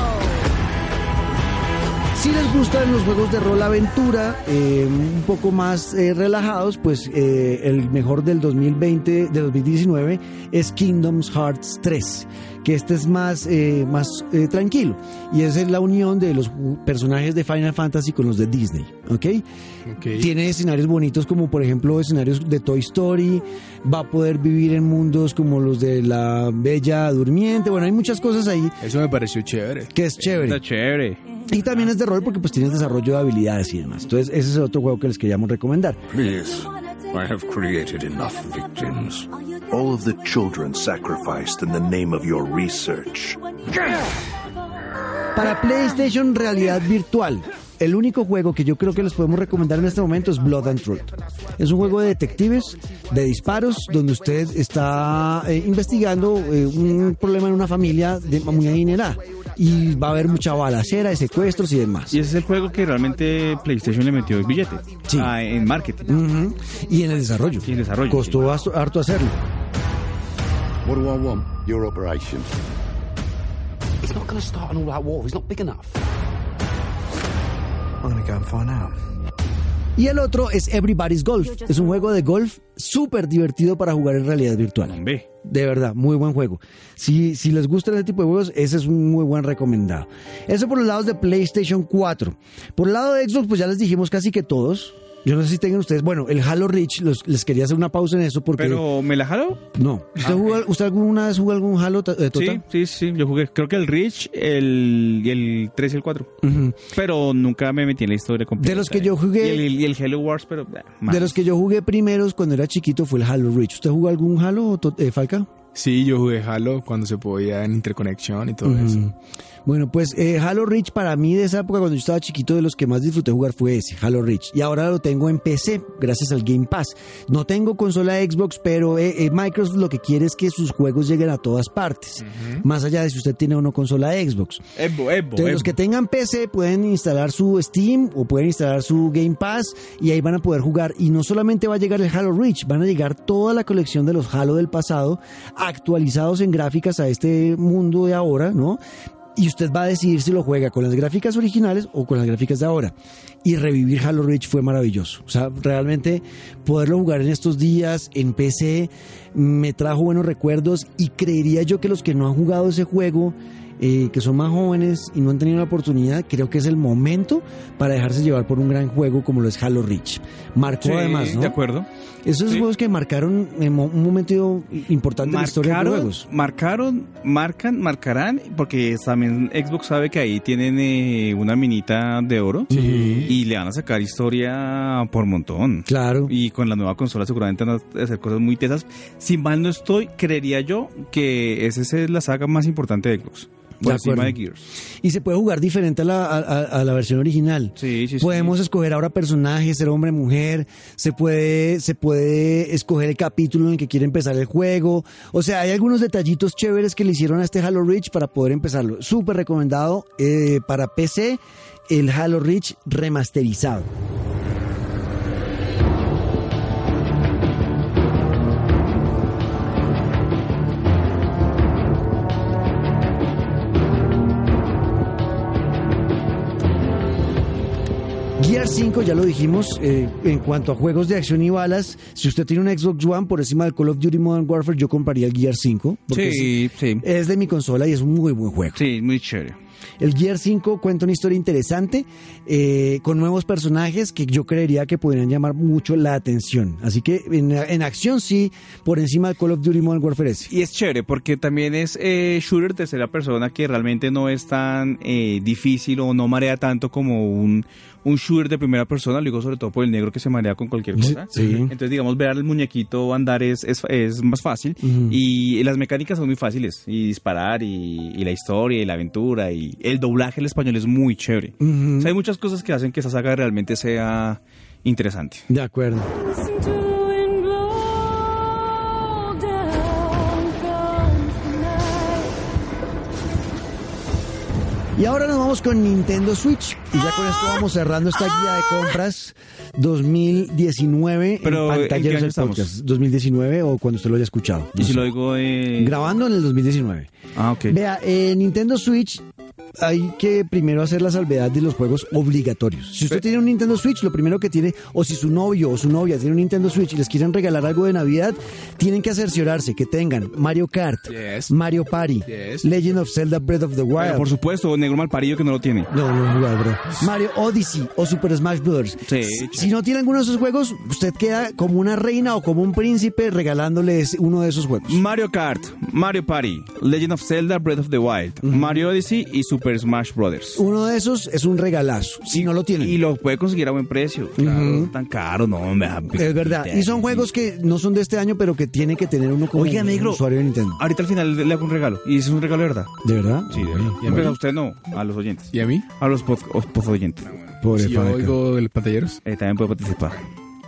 Speaker 1: Si les gustan los juegos de rol aventura, eh, un poco más eh, relajados, pues eh, el mejor del 2020, de 2019, es Kingdoms Hearts 3, que este es más, eh, más eh, tranquilo. Y esa es la unión de los ju- personajes de Final Fantasy con los de Disney, ¿ok? Tiene escenarios bonitos como por ejemplo escenarios de Toy Story, va a poder vivir en mundos como los de la Bella Durmiente, bueno, hay muchas cosas ahí
Speaker 4: Eso me pareció chévere.
Speaker 1: que es
Speaker 3: Está
Speaker 1: chévere.
Speaker 3: chévere.
Speaker 1: Y también es de rol porque pues tienes desarrollo de habilidades y demás. Entonces ese es otro juego que les queríamos recomendar.
Speaker 7: Please, I have created enough victims.
Speaker 9: All of the children sacrificed in the name of your research.
Speaker 1: Para PlayStation Realidad Virtual, el único juego que yo creo que les podemos recomendar en este momento es Blood and Truth. Es un juego de detectives, de disparos, donde usted está eh, investigando eh, un problema en una familia de, muy adinerada. Y va a haber mucha balacera, de secuestros y demás.
Speaker 3: Y ese es el juego que realmente PlayStation le metió el billete
Speaker 1: Sí.
Speaker 3: Ah, en marketing.
Speaker 1: Ujú. Y en el desarrollo.
Speaker 3: Y en desarrollo,
Speaker 1: Costó harto- harto hacerlo.
Speaker 10: What do I want? Your operation.
Speaker 11: He's not going to start an all-out war. He's not big enough.
Speaker 10: I'm gonna go and find out.
Speaker 1: Y el otro es Everybody's Golf. Es un juego de golf súper divertido para jugar en realidad virtual.
Speaker 3: Hombre.
Speaker 1: De verdad, muy buen juego. Si, si les gustan ese tipo de juegos, ese es un muy buen recomendado. Eso por los lados de PlayStation 4. Por el lado de Xbox, pues ya les dijimos casi que todos. Yo no sé si tengan ustedes. Bueno, el Halo Reach, los- les quería hacer una pausa en eso porque.
Speaker 3: Pero me la jaló.
Speaker 1: no. ¿Usted, jugó- usted alguna vez jugó algún Halo, ta- eh, Tota?
Speaker 3: Sí, sí, sí. Yo jugué, creo que el Rich, el, y el 3 y el 4.
Speaker 1: Ujú.
Speaker 3: Pero nunca me metí en la historia completa.
Speaker 1: De los que yo jugué-
Speaker 3: Y el, y el Halo Wars, pero. eh, más.
Speaker 1: De los que yo jugué primeros cuando era chiquito fue el Halo Reach. ¿Usted jugó algún Halo, to- eh, Falca?
Speaker 4: Sí, yo jugué Halo cuando se podía en interconexión y todo eso.
Speaker 1: Ujú. Bueno, pues eh, Halo Reach para mí de esa época cuando yo estaba chiquito de los que más disfruté jugar fue ese, Halo Reach. Y ahora lo tengo en PC gracias al Game Pass. No tengo consola Xbox, pero eh, eh, Microsoft lo que quiere es que sus juegos lleguen a todas partes. Más allá de si usted tiene o no consola Xbox.
Speaker 3: Evo, Evo,
Speaker 1: Entonces,
Speaker 3: Evo.
Speaker 1: los que tengan PC pueden instalar su Steam o pueden instalar su Game Pass y ahí van a poder jugar. Y no solamente va a llegar el Halo Reach, van a llegar toda la colección de los Halo del pasado actualizados en gráficas a este mundo de ahora, ¿no? Y usted va a decidir si lo juega con las gráficas originales o con las gráficas de ahora. Y revivir Halo Reach fue maravilloso. O sea, realmente poderlo jugar en estos días en PC me trajo buenos recuerdos y creería yo que los que no han jugado ese juego eh, que son más jóvenes y no han tenido la oportunidad, creo que es el momento para dejarse llevar por un gran juego como lo es Halo Reach. Marcó
Speaker 3: Sí,
Speaker 1: además, ¿no?
Speaker 3: De acuerdo.
Speaker 1: Esos
Speaker 3: Sí.
Speaker 1: juegos que marcaron eh, mo- un momento importante en la historia de los
Speaker 3: Marcaron,
Speaker 1: juegos.
Speaker 3: marcaron, marcan, marcarán, porque también Xbox sabe que ahí tienen eh, una minita de oro y le van a sacar historia por montón.
Speaker 1: Claro.
Speaker 3: Y con la nueva consola seguramente van a hacer cosas muy tesas. Si mal no estoy, creería yo que esa es la saga más importante de Xbox. Por
Speaker 1: De
Speaker 3: encima
Speaker 1: acuerdo.
Speaker 3: de Gears.
Speaker 1: Y se puede jugar diferente a la, a- a- a la versión original.
Speaker 3: Sí, sí, sí.
Speaker 1: Podemos escoger ahora personajes, ser hombre, mujer, se puede, se puede escoger el capítulo en el que quiere empezar el juego. O sea, hay algunos detallitos chéveres que le hicieron a este Halo Reach para poder empezarlo. Súper recomendado eh, para PC, el Halo Reach remasterizado. Gear 5, ya lo dijimos, eh, en cuanto a juegos de acción y balas, si usted tiene un Xbox One por encima del Call of Duty Modern Warfare, yo compraría el Gear 5. Porque
Speaker 3: Sí,
Speaker 1: es,
Speaker 3: sí.
Speaker 1: es de mi consola y es un muy buen juego.
Speaker 3: Sí, muy chévere.
Speaker 1: El Gear 5 cuenta una historia interesante eh, con nuevos personajes que yo creería que podrían llamar mucho la atención. Así que en, en acción sí, por encima del Call of Duty Modern Warfare S.
Speaker 3: Y es chévere porque también es eh, shooter tercera persona que realmente no es tan eh, difícil o no marea tanto como un, un shooter de primera persona. Lo digo sobre todo por el negro que se marea con cualquier cosa.
Speaker 1: Sí.
Speaker 3: Entonces, digamos, ver al muñequito andar es, es, es más fácil.
Speaker 1: Ujú.
Speaker 3: Y las mecánicas son muy fáciles. Y disparar y, y la historia y la aventura y el doblaje al español es muy chévere.
Speaker 1: Ujú.
Speaker 3: O sea, hay muchas cosas que hacen que esa saga realmente sea interesante.
Speaker 1: De acuerdo.
Speaker 2: Listen to the wind blow down comes the night.
Speaker 1: Y ahora nos vamos con Nintendo Switch. Y ya con esto vamos cerrando esta
Speaker 3: Ah.
Speaker 1: guía de compras 2019
Speaker 3: Pero, ¿en
Speaker 1: en
Speaker 3: qué
Speaker 1: pantalleros
Speaker 3: año
Speaker 1: del
Speaker 3: estamos?
Speaker 1: podcast. 2019 o cuando usted lo haya escuchado.
Speaker 3: Y
Speaker 1: No
Speaker 3: si
Speaker 1: sé.
Speaker 3: lo digo... Eh...
Speaker 1: Grabando en el 2019.
Speaker 3: Ah, ok.
Speaker 1: Vea, eh, Nintendo Switch hay que primero hacer la salvedad de los juegos obligatorios. Si usted tiene un Nintendo Switch, lo primero que tiene, o si su novio o su novia tiene un Nintendo Switch y les quieren regalar algo de Navidad, tienen que cerciorarse que tengan Mario Kart,
Speaker 4: Yes.
Speaker 1: Mario Party,
Speaker 4: Yes.
Speaker 1: Legend of Zelda Breath of the Wild.
Speaker 3: Pero por supuesto, negro malparido que no lo tiene.
Speaker 1: No, no he jugado, bro. Mario Odyssey o Super Smash Bros.
Speaker 3: Sí,
Speaker 1: Si- Si no tiene alguno de esos juegos, usted queda como una reina o como un príncipe regalándoles uno de esos juegos.
Speaker 3: Mario Kart, Mario Party, Legend of Zelda, Breath of the Wild, Mario Odyssey y Super Smash Brothers.
Speaker 1: Uno de esos es un regalazo, si no lo tiene.
Speaker 3: Y lo puede conseguir a buen precio. Claro, no es tan caro, no, ah, pues, me da
Speaker 1: Es verdad.
Speaker 3: Este
Speaker 1: Y son juegos que no son de este año, pero que tiene que tener uno como
Speaker 3: Oiga,
Speaker 1: un
Speaker 3: negro.
Speaker 1: usuario de Nintendo.
Speaker 3: Ahorita al final le hago un regalo. Y ese es un regalo, de ¿verdad?
Speaker 1: ¿De verdad?
Speaker 3: Sí, de verdad. Pero a usted no, a los oyentes.
Speaker 4: ¿Y a mí?
Speaker 3: A los pod- os- pod oyentes.
Speaker 1: Pobre
Speaker 4: Si yo
Speaker 1: Fabeca.
Speaker 4: oigo el pantalleros.
Speaker 3: Eh, también puede participar.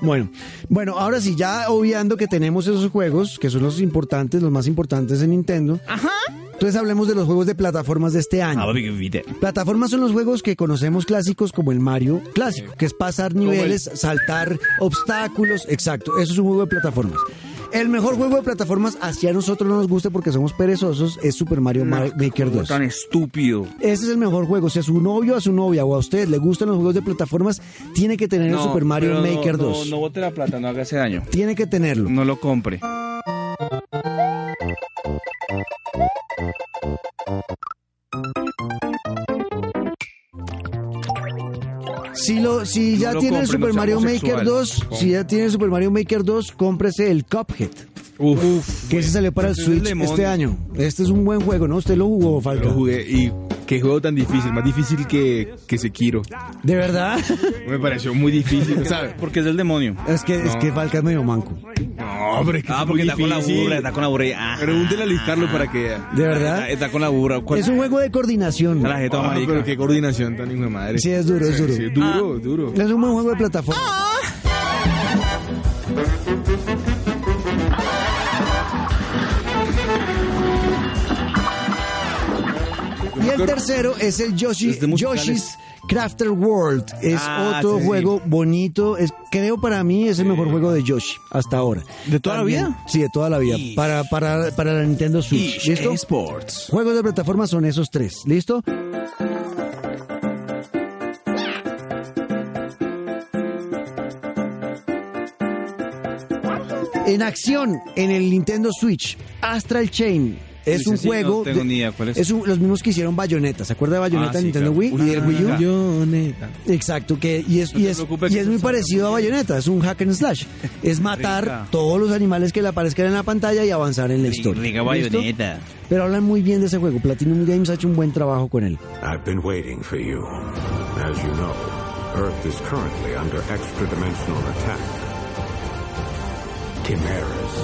Speaker 1: Bueno, bueno, ahora sí, ya obviando que tenemos esos juegos, que son los importantes, los más importantes en Nintendo. Ajá. Entonces hablemos de los juegos de plataformas de este año.
Speaker 3: papi, que vite.
Speaker 1: Plataformas son los juegos que conocemos clásicos como el Mario clásico, que es pasar niveles, saltar obstáculos, exacto, eso es un juego de plataformas. El mejor juego de plataformas, hacia nosotros no nos gusta porque somos perezosos, es Super Mario Ma- Maker 2.
Speaker 3: Tan estúpido.
Speaker 1: Ese es el mejor juego. Si a su novio o a su novia o a usted le gustan los juegos de plataformas, tiene que tener el Super Mario
Speaker 3: pero no,
Speaker 1: Maker
Speaker 3: no,
Speaker 1: 2.
Speaker 3: No bote la plata, no haga ese daño.
Speaker 1: Tiene que tenerlo.
Speaker 3: No lo compre.
Speaker 1: Si, lo, si
Speaker 3: No
Speaker 1: ya
Speaker 3: lo
Speaker 1: tiene el Super
Speaker 3: compre, no sea
Speaker 1: Mario Maker
Speaker 3: homosexual.
Speaker 1: 2, si ya tiene el Super Mario Maker 2, cómprese el Cuphead,
Speaker 4: Uf.
Speaker 1: que se salió para el
Speaker 3: ese es el
Speaker 1: Switch
Speaker 3: limón.
Speaker 1: este año. Este es un buen juego, ¿no? Usted lo jugó,
Speaker 4: Lo
Speaker 1: Falcao.
Speaker 4: jugué y qué juego tan difícil, más difícil que, que Sekiro.
Speaker 1: ¿De verdad?
Speaker 4: Me pareció muy difícil, ¿sabes?
Speaker 3: Porque es del demonio.
Speaker 1: Es que, es que Falcao es medio manco.
Speaker 4: No, pero es que
Speaker 3: Ah,
Speaker 4: es
Speaker 3: porque
Speaker 4: muy
Speaker 3: está con la
Speaker 4: difícil.
Speaker 3: burra, está con la burra. Ah,
Speaker 4: Pregúntele a Luis Carlos para que vea.
Speaker 1: ¿De verdad?
Speaker 3: Está, está con la burra. ¿Cuál-
Speaker 1: Es un juego de coordinación.
Speaker 3: La jeta
Speaker 4: Ah,
Speaker 3: marica.
Speaker 4: pero qué coordinación tan hijo de madre.
Speaker 1: Sí, es duro, es duro.
Speaker 4: Sí, es duro, Ah. duro.
Speaker 1: Es un buen juego de plataforma.
Speaker 3: Ah.
Speaker 1: Y el tercero es el Yoshi-
Speaker 3: Los de musicales.
Speaker 1: Yoshi's Crafter World. Es
Speaker 3: Ah,
Speaker 1: otro
Speaker 3: sí, sí.
Speaker 1: juego bonito. Es, creo para mí es el mejor juego de Yoshi hasta ahora.
Speaker 3: ¿De toda la
Speaker 1: También-
Speaker 3: vida?
Speaker 1: Sí, de toda la vida. Para, para, para la Nintendo Switch.
Speaker 3: Ish,
Speaker 1: ¿Listo?
Speaker 3: Sports.
Speaker 1: Juegos de plataforma son esos tres. ¿Listo? En acción, en el Nintendo Switch, Astral Chain. Es
Speaker 3: Ese
Speaker 1: un
Speaker 3: sí,
Speaker 1: juego.
Speaker 3: no tengo
Speaker 1: de-
Speaker 3: ni idea cuál es.
Speaker 1: un- los mismos que hicieron Bayonetta. ¿Se acuerda de Bayonetta
Speaker 3: Ah,
Speaker 1: de
Speaker 3: sí,
Speaker 1: Nintendo
Speaker 3: claro.
Speaker 1: Wii y del Wii U?
Speaker 4: Bayoneta.
Speaker 1: Exacto, que y es,
Speaker 3: No te
Speaker 1: y es,
Speaker 3: preocupes,
Speaker 1: y es
Speaker 3: que eso
Speaker 1: muy
Speaker 3: está
Speaker 1: parecido a Bayonetta, es un hack and slash. Es matar
Speaker 3: Rica.
Speaker 1: todos los animales que le aparezcan en la pantalla y avanzar en la historia.
Speaker 3: Rica
Speaker 1: ¿Listo?
Speaker 3: bayoneta.
Speaker 1: Pero hablan muy bien de ese juego. Platinum Games ha hecho un buen trabajo con él.
Speaker 7: I've been waiting for you. As you know, Earth is currently under extra-dimensional attack. Chimeras,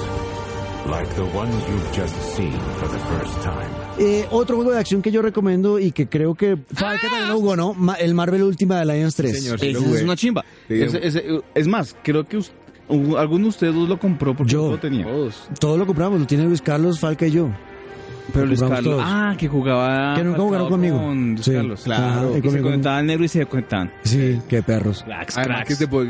Speaker 7: like the ones you've just seen for the first time.
Speaker 1: Eh, otro juego de acción que yo recomiendo y que creo que Falca también lo jugó, ¿no? Ma- el Marvel Ultimate Alliance 3.
Speaker 4: Señor, sí
Speaker 3: Ese
Speaker 4: lo jugué.
Speaker 3: es una chimba.
Speaker 4: Sí,
Speaker 3: Ese- ese- es más, creo que us- u- alguno de ustedes dos lo compró porque
Speaker 1: Yo. Oh,
Speaker 3: no lo tenía.
Speaker 4: Todos.
Speaker 1: Todo lo compramos, lo tiene Luis Carlos, Falca y yo.
Speaker 3: Pero Luis
Speaker 1: compramos
Speaker 3: Carlos.
Speaker 1: todos.
Speaker 3: Ah, que jugaba.
Speaker 1: Que nunca
Speaker 3: Falcao
Speaker 1: jugaron conmigo.
Speaker 3: Con Luis
Speaker 1: Sí,
Speaker 3: Carlos.
Speaker 1: claro. Ajá, y
Speaker 3: Y se
Speaker 1: conmigo.
Speaker 3: conectaban negro y se conectaban.
Speaker 1: Sí, qué perros.
Speaker 3: Cracks,
Speaker 4: Además que
Speaker 3: cracks.
Speaker 4: te po-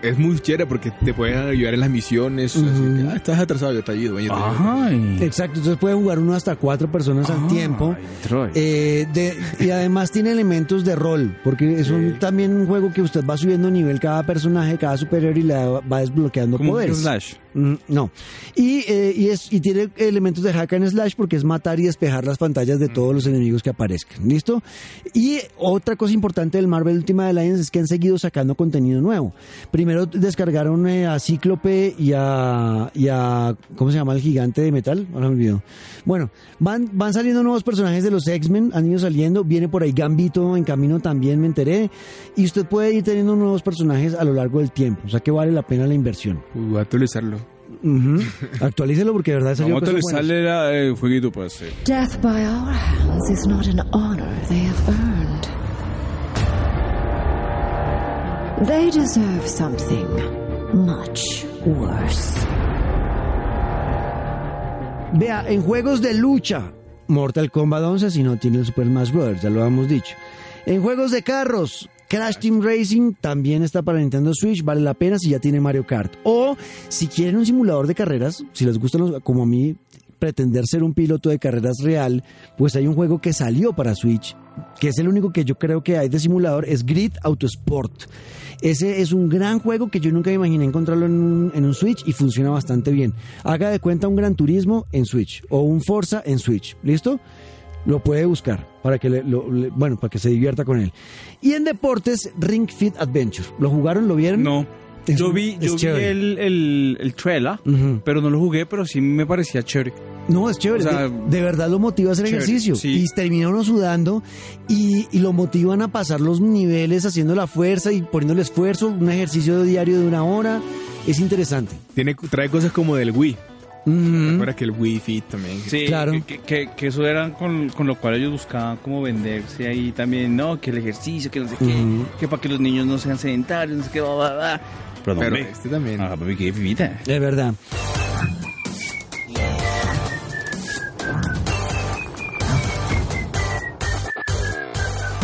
Speaker 4: es muy chévere porque te pueden ayudar en las misiones. o sea,
Speaker 1: Ujú.
Speaker 4: que, ah, estás atrasado, yo te ayudo. ven, yo te ayudo.
Speaker 3: Ay.
Speaker 1: Exacto, entonces puede jugar uno hasta cuatro personas al
Speaker 4: Ah.
Speaker 3: Ay,
Speaker 1: tiempo.
Speaker 3: Troy.
Speaker 1: Eh, de- y además tiene elementos de rol, porque es un, también un juego que usted va subiendo nivel cada personaje, cada superhéroe y le va desbloqueando
Speaker 3: Como un
Speaker 1: poderes.
Speaker 3: Slash.
Speaker 1: Mm, No. Y, eh, y, es, y tiene elementos de hack and slash porque es matar y despejar las pantallas de todos los enemigos que aparezcan. ¿Listo? Y otra cosa importante del Marvel Ultimate Alliance es que han seguido sacando contenido nuevo. Primero descargaron eh, a Cíclope y a, y a. ¿Cómo se llama el gigante de metal? Ahora me olvidó. Bueno, van, van saliendo nuevos personajes de los X-Men, han ido saliendo. Viene por ahí Gambito en camino también, me enteré. Y usted puede ir teniendo nuevos personajes a lo largo del tiempo. O sea que vale la pena la inversión.
Speaker 4: Uy, voy a actualizarlo.
Speaker 1: Ujú. Actualícelo porque de verdad salió
Speaker 4: pues,
Speaker 3: Vamos a
Speaker 1: cosas
Speaker 3: utilizarle la-
Speaker 4: eh,
Speaker 3: el jueguito para hacer.
Speaker 6: Death by our hands is not an honor they have earned. They deserve something much worse.
Speaker 1: buenas. Vea, en juegos de lucha, Mortal Kombat 11 si no tiene el Super Smash Bros., ya lo hemos dicho. En juegos de carros, Crash Team Racing también está para Nintendo Switch, vale la pena si ya tiene Mario Kart. O si quieren un simulador de carreras, si les gustan los- como a mí pretender ser un piloto de carreras real, pues hay un juego que salió para Switch, que es el único que yo creo que hay de simulador, es Grid Autosport. Ese es un gran juego que yo nunca me imaginé encontrarlo en un, en un Switch y funciona bastante bien. Haga de cuenta un Gran Turismo en Switch o un Forza en Switch. ¿Listo? Lo puede buscar para que, le- lo- le- bueno, para que se divierta con él. Y en deportes, Ring Fit Adventure. ¿Lo jugaron? ¿Lo vieron?
Speaker 3: No.
Speaker 1: Es-
Speaker 3: yo vi,
Speaker 1: es
Speaker 3: yo vi
Speaker 1: chévere.
Speaker 3: el, el, el trailer, pero no lo jugué, pero sí me parecía chévere.
Speaker 1: No, es chévere.
Speaker 3: O sea,
Speaker 1: de, de verdad lo motiva a hacer
Speaker 3: chévere,
Speaker 1: ejercicio.
Speaker 3: sí.
Speaker 1: Y termina uno sudando y, y lo motivan a pasar los niveles haciendo la fuerza y poniéndole esfuerzo. Un ejercicio diario de una hora. Es interesante.
Speaker 4: Tiene, trae cosas como del Wii.
Speaker 3: Mm.
Speaker 4: Recuerda que el Wii Fit también.
Speaker 3: Sí, que, que- que eso era con, con lo cual ellos buscaban como venderse ahí también, no, que el ejercicio, que no sé qué,
Speaker 1: Ujú.
Speaker 3: que para que los niños no sean sedentarios, no sé qué, bla, bla, bla. Pero,
Speaker 4: Pero
Speaker 3: hombre,
Speaker 4: este también.
Speaker 3: ah, papi, qué vivita.
Speaker 1: De verdad.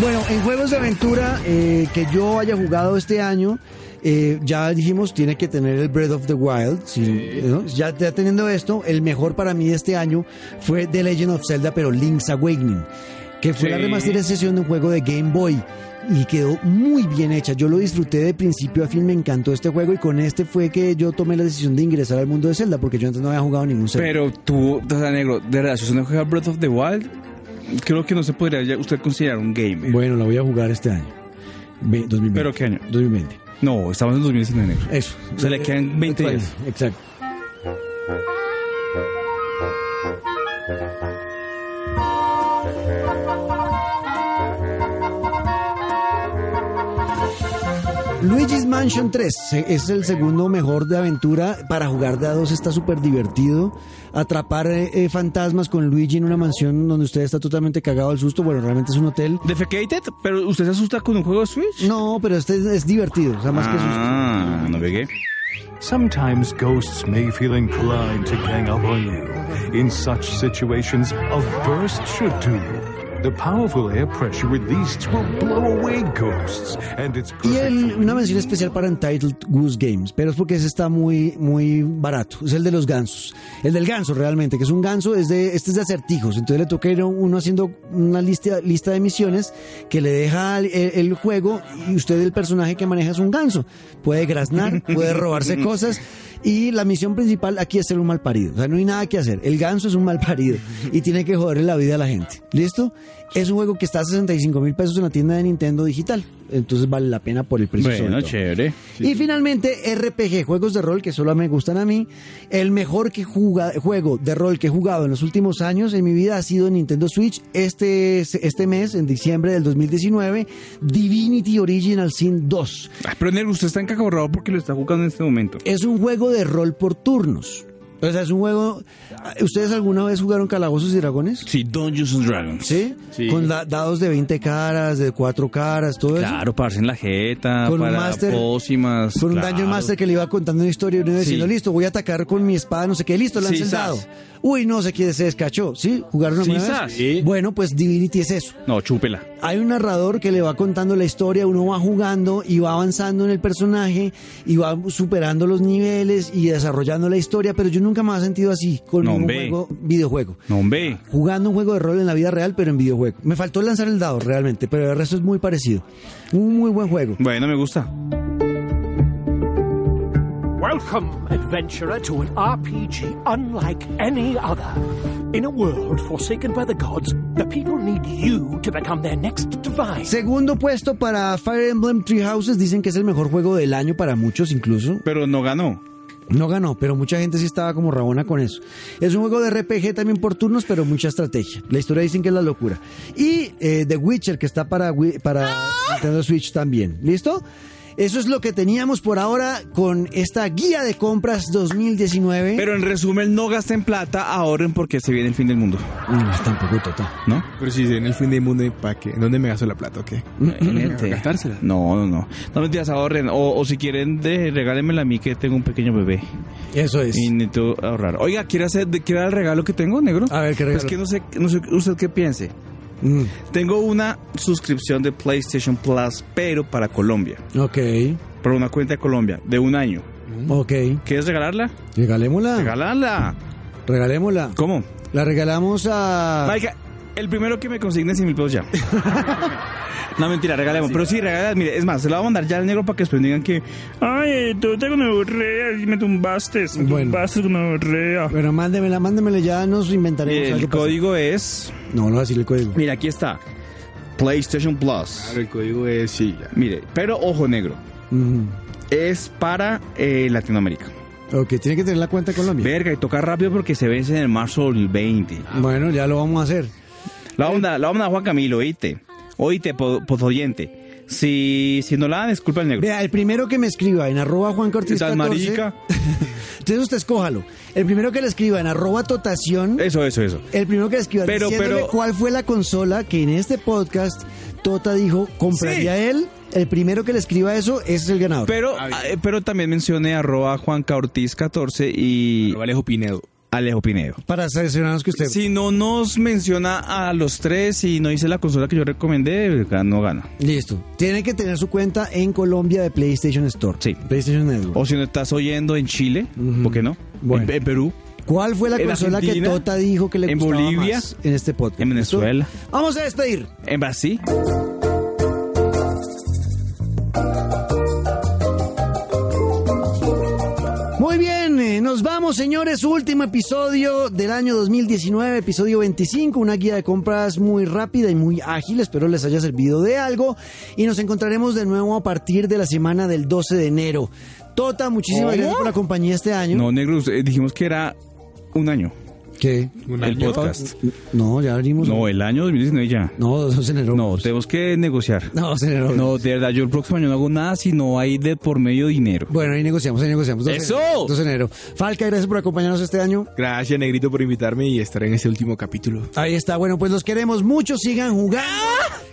Speaker 1: Bueno, en juegos de aventura eh, que yo haya jugado este año, eh, ya dijimos, tiene que tener el Breath of the Wild. sí, ¿no? ya, ya teniendo esto, el mejor para mí de este año fue The Legend of Zelda, pero Link's Awakening, que fue la
Speaker 3: Sí.
Speaker 1: remasterización de un juego de Game Boy. Y quedó muy bien hecha. Yo lo disfruté de principio a fin, me encantó este juego y con este fue que yo tomé la decisión de ingresar al mundo de Zelda porque yo antes no había jugado ningún Zelda.
Speaker 3: Pero tú, o sea, negro, de verdad, si usted no juega Breath of the Wild, creo que no se podría ya usted considerar un gamer.
Speaker 1: Bueno, la voy a jugar este año. Ve- 2020.
Speaker 3: ¿Pero qué año?
Speaker 1: 2020.
Speaker 3: No, estamos en 2019, negro.
Speaker 1: Eso.
Speaker 3: Se le quedan 20 días.
Speaker 1: Exacto. Luigi's Mansion 3 se- es el segundo mejor de aventura. Para jugar de a dos está súper divertido. Atrapar eh, eh, fantasmas con Luigi en una mansión donde usted está totalmente cagado al susto. Bueno, realmente es un hotel.
Speaker 3: Defecated, pero usted se asusta con un juego de Switch.
Speaker 1: No, pero este es, es divertido. O sea, más que susto.
Speaker 3: Ah, no pegué.
Speaker 12: Sometimes ghosts may feel inclined to gang up on you. In such situations, a burst should do. The powerful air pressure released will blow away ghosts, and it's
Speaker 1: Y el- una mención especial para Entitled Goose Games, pero es porque ese está muy, muy barato. Es el de los gansos. El del ganso realmente, que es un ganso, es de, este es de acertijos. Entonces le toca ir a uno haciendo una lista, lista de misiones que le deja el, el juego y usted el personaje que maneja es un ganso. Puede graznar, puede robarse cosas. Y la misión principal aquí es ser un mal parido. O sea, no hay nada que hacer. El ganso es un mal parido y tiene que joderle la vida a la gente. ¿Listo? Es un juego que está a 65 mil pesos en la tienda de Nintendo Digital. Entonces vale la pena por el precio. sobre
Speaker 3: Bueno,
Speaker 1: todo.
Speaker 3: chévere.
Speaker 1: Y finalmente, RPG, juegos de rol que solo me gustan a mí. El mejor que juga- juego de rol que he jugado en los últimos años en mi vida ha sido Nintendo Switch. Este, es- este mes, en diciembre del 2019, Divinity Original Sin 2.
Speaker 3: Ah, Pero negro, usted está encacorrado porque lo está jugando en este momento.
Speaker 1: Es un juego de rol por turnos. O sea, es un juego... ¿Ustedes alguna vez jugaron Calabozos y Dragones?
Speaker 3: Sí, Dungeons and Dragons.
Speaker 1: ¿Sí? Con da- dados de 20 caras, de 4 caras, todo eso.
Speaker 3: Claro, para en la jeta,
Speaker 1: Con un
Speaker 3: para
Speaker 1: máster-
Speaker 3: pócimas.
Speaker 1: Con un
Speaker 3: claro.
Speaker 1: Dungeon Master que le iba contando una historia y uno iba diciendo,
Speaker 3: Sí.
Speaker 1: listo, voy a atacar con mi espada, no sé qué, listo, lanza
Speaker 3: Sí,
Speaker 1: el
Speaker 3: sas.
Speaker 1: dado. Uy, no sé quién se descachó, ¿sí? ¿Jugaron
Speaker 3: Sí,
Speaker 1: alguna
Speaker 3: sas.
Speaker 1: vez? Bueno, pues Divinity es eso.
Speaker 3: No, chúpela.
Speaker 1: Hay un narrador que le va contando la historia, uno va jugando y va avanzando en el personaje y va superando los niveles y desarrollando la historia, pero yo nunca me he sentido así con
Speaker 3: No,
Speaker 1: un
Speaker 3: hombre.
Speaker 1: juego, videojuego.
Speaker 3: No, hombre.
Speaker 1: Jugando un juego de rol en la vida real, pero en videojuego. Me faltó lanzar el dado realmente, pero el resto es muy parecido. Un muy buen juego.
Speaker 3: Bueno, me gusta.
Speaker 12: Welcome, adventurer, to an RPG unlike any other. In a world forsaken by the gods, the people need you to become their next divine.
Speaker 1: Segundo puesto para Fire Emblem Three Houses. Dicen que es el mejor juego del año para muchos incluso.
Speaker 3: Pero no ganó.
Speaker 1: No ganó, pero mucha gente sí estaba como rabona con eso. Es un juego de RPG también por turnos, pero mucha estrategia. La historia dicen que es la locura. Y eh, The Witcher, que está para, Wi- para Nintendo Switch también. ¿Listo? Eso es lo que teníamos por ahora con esta guía de compras 2019.
Speaker 3: Pero en resumen, no gasten plata, ahorren porque se viene el fin del mundo.
Speaker 1: No, tampoco, total.
Speaker 3: ¿No?
Speaker 4: Pero si en el fin del mundo, ¿para qué? ¿En dónde me gasto la plata o qué?
Speaker 3: Gastársela. No, no, no. No mentiras, ahorren. O, o si quieren, de, regálenmela a mí que tengo un pequeño bebé.
Speaker 1: Eso es.
Speaker 3: Y necesito ahorrar. Oiga, ¿quiere, hacer, de- ¿quiere dar el regalo que tengo, negro?
Speaker 1: A ver, ¿qué regalo?
Speaker 3: Pues que no sé, no sé usted qué piense.
Speaker 1: Mm,
Speaker 3: Tengo una suscripción de PlayStation Plus, pero para Colombia.
Speaker 1: Mm, ok,
Speaker 3: Para una cuenta de Colombia, de un año.
Speaker 1: ok.
Speaker 3: ¿Quieres regalarla?
Speaker 1: Regalémosla.
Speaker 3: Regalarla.
Speaker 1: Regalémosla.
Speaker 3: ¿Cómo?
Speaker 1: La regalamos a...
Speaker 3: Ah. Marica, el primero que me consigne 100 mil pesos ya. No, mentira, regalemos. Pero Ah, sí, regalemos. Mire, es más, se la voy a mandar ya al negro para que después digan que. Ay, tú te gonorrea y me tumbaste. Me tumbaste gonorrea.
Speaker 1: Bueno, mándemela, mándemela ya, nos inventaremos
Speaker 3: El
Speaker 1: algo para hacer.
Speaker 3: código es.
Speaker 1: No, no va a decir el código.
Speaker 3: Mira, aquí está. PlayStation Plus.
Speaker 4: Claro, el código es sí. ya.
Speaker 3: Mire, pero ojo negro.
Speaker 1: Ujú.
Speaker 3: Es para eh, Latinoamérica.
Speaker 1: Ok, tiene que tener la cuenta de Colombia.
Speaker 3: Verga, y toca rápido porque se vence en el marzo del 20.
Speaker 1: Bueno, ya lo vamos a hacer.
Speaker 3: La onda, la onda Juan Camilo, oíste. Oíste, po- podoyente. Si, si no la dan, es culpa del negro.
Speaker 1: Vea, el primero que me escriba en arroba Juan Cortés
Speaker 3: Estás
Speaker 1: 14,
Speaker 3: marica.
Speaker 1: Entonces usted escójalo. El primero que le escriba en arroba totación,
Speaker 3: Eso, eso, eso.
Speaker 1: el primero que le escriba
Speaker 3: Eh. Pero,
Speaker 1: diciéndole
Speaker 3: pero-
Speaker 1: cuál fue la consola que en este podcast Tota dijo compraría él. El primero que le escriba eso, ese es el ganador.
Speaker 3: Pero, eh, pero también mencioné arroba Juanca Ortiz 14 y
Speaker 4: Alejo Pinedo.
Speaker 3: Alejo Pinedo.
Speaker 1: para cerciorarnos que usted...
Speaker 3: Si no nos menciona a los tres y no dice la consola que yo recomendé, no gana.
Speaker 1: Listo. Tiene que tener su cuenta en Colombia de PlayStation Store.
Speaker 3: Sí.
Speaker 1: PlayStation Network.
Speaker 3: O si no estás oyendo en Chile,
Speaker 1: Ujú.
Speaker 3: ¿por qué no?
Speaker 1: Bueno.
Speaker 3: En, en Perú.
Speaker 1: ¿Cuál fue la
Speaker 3: En
Speaker 1: consola
Speaker 3: Argentina,
Speaker 1: que Tota dijo que le
Speaker 3: en
Speaker 1: gustaba
Speaker 3: Bolivia,
Speaker 1: más en este podcast?
Speaker 3: en Venezuela.
Speaker 1: ¿Listo? Vamos a despedir.
Speaker 3: En Brasil.
Speaker 1: Muy bien, eh, nos vamos señores, último episodio del año 2019, episodio 25, una guía de compras muy rápida y muy ágil, espero les haya servido de algo y nos encontraremos de nuevo a partir de la semana del 12 de enero. Tota, muchísimas gracias por la compañía este año.
Speaker 3: No, negro, eh, dijimos que era un año.
Speaker 1: ¿Qué?
Speaker 4: ¿Un
Speaker 3: el
Speaker 4: año?
Speaker 3: podcast.
Speaker 1: No, ya abrimos.
Speaker 3: No, el año 2019 ya.
Speaker 1: No, 12 de enero.
Speaker 3: No, tenemos que negociar.
Speaker 1: No, 12 de enero.
Speaker 3: No, de verdad, yo el próximo año no hago nada si no hay de por medio dinero.
Speaker 1: Bueno, ahí negociamos, ahí negociamos. 12 de
Speaker 3: ¡Eso!
Speaker 1: enero, 12 de enero. Falca, gracias por acompañarnos este año.
Speaker 4: Gracias, Negrito, por invitarme y estar en este último capítulo.
Speaker 1: Ahí está, bueno, pues los queremos mucho, sigan jugando.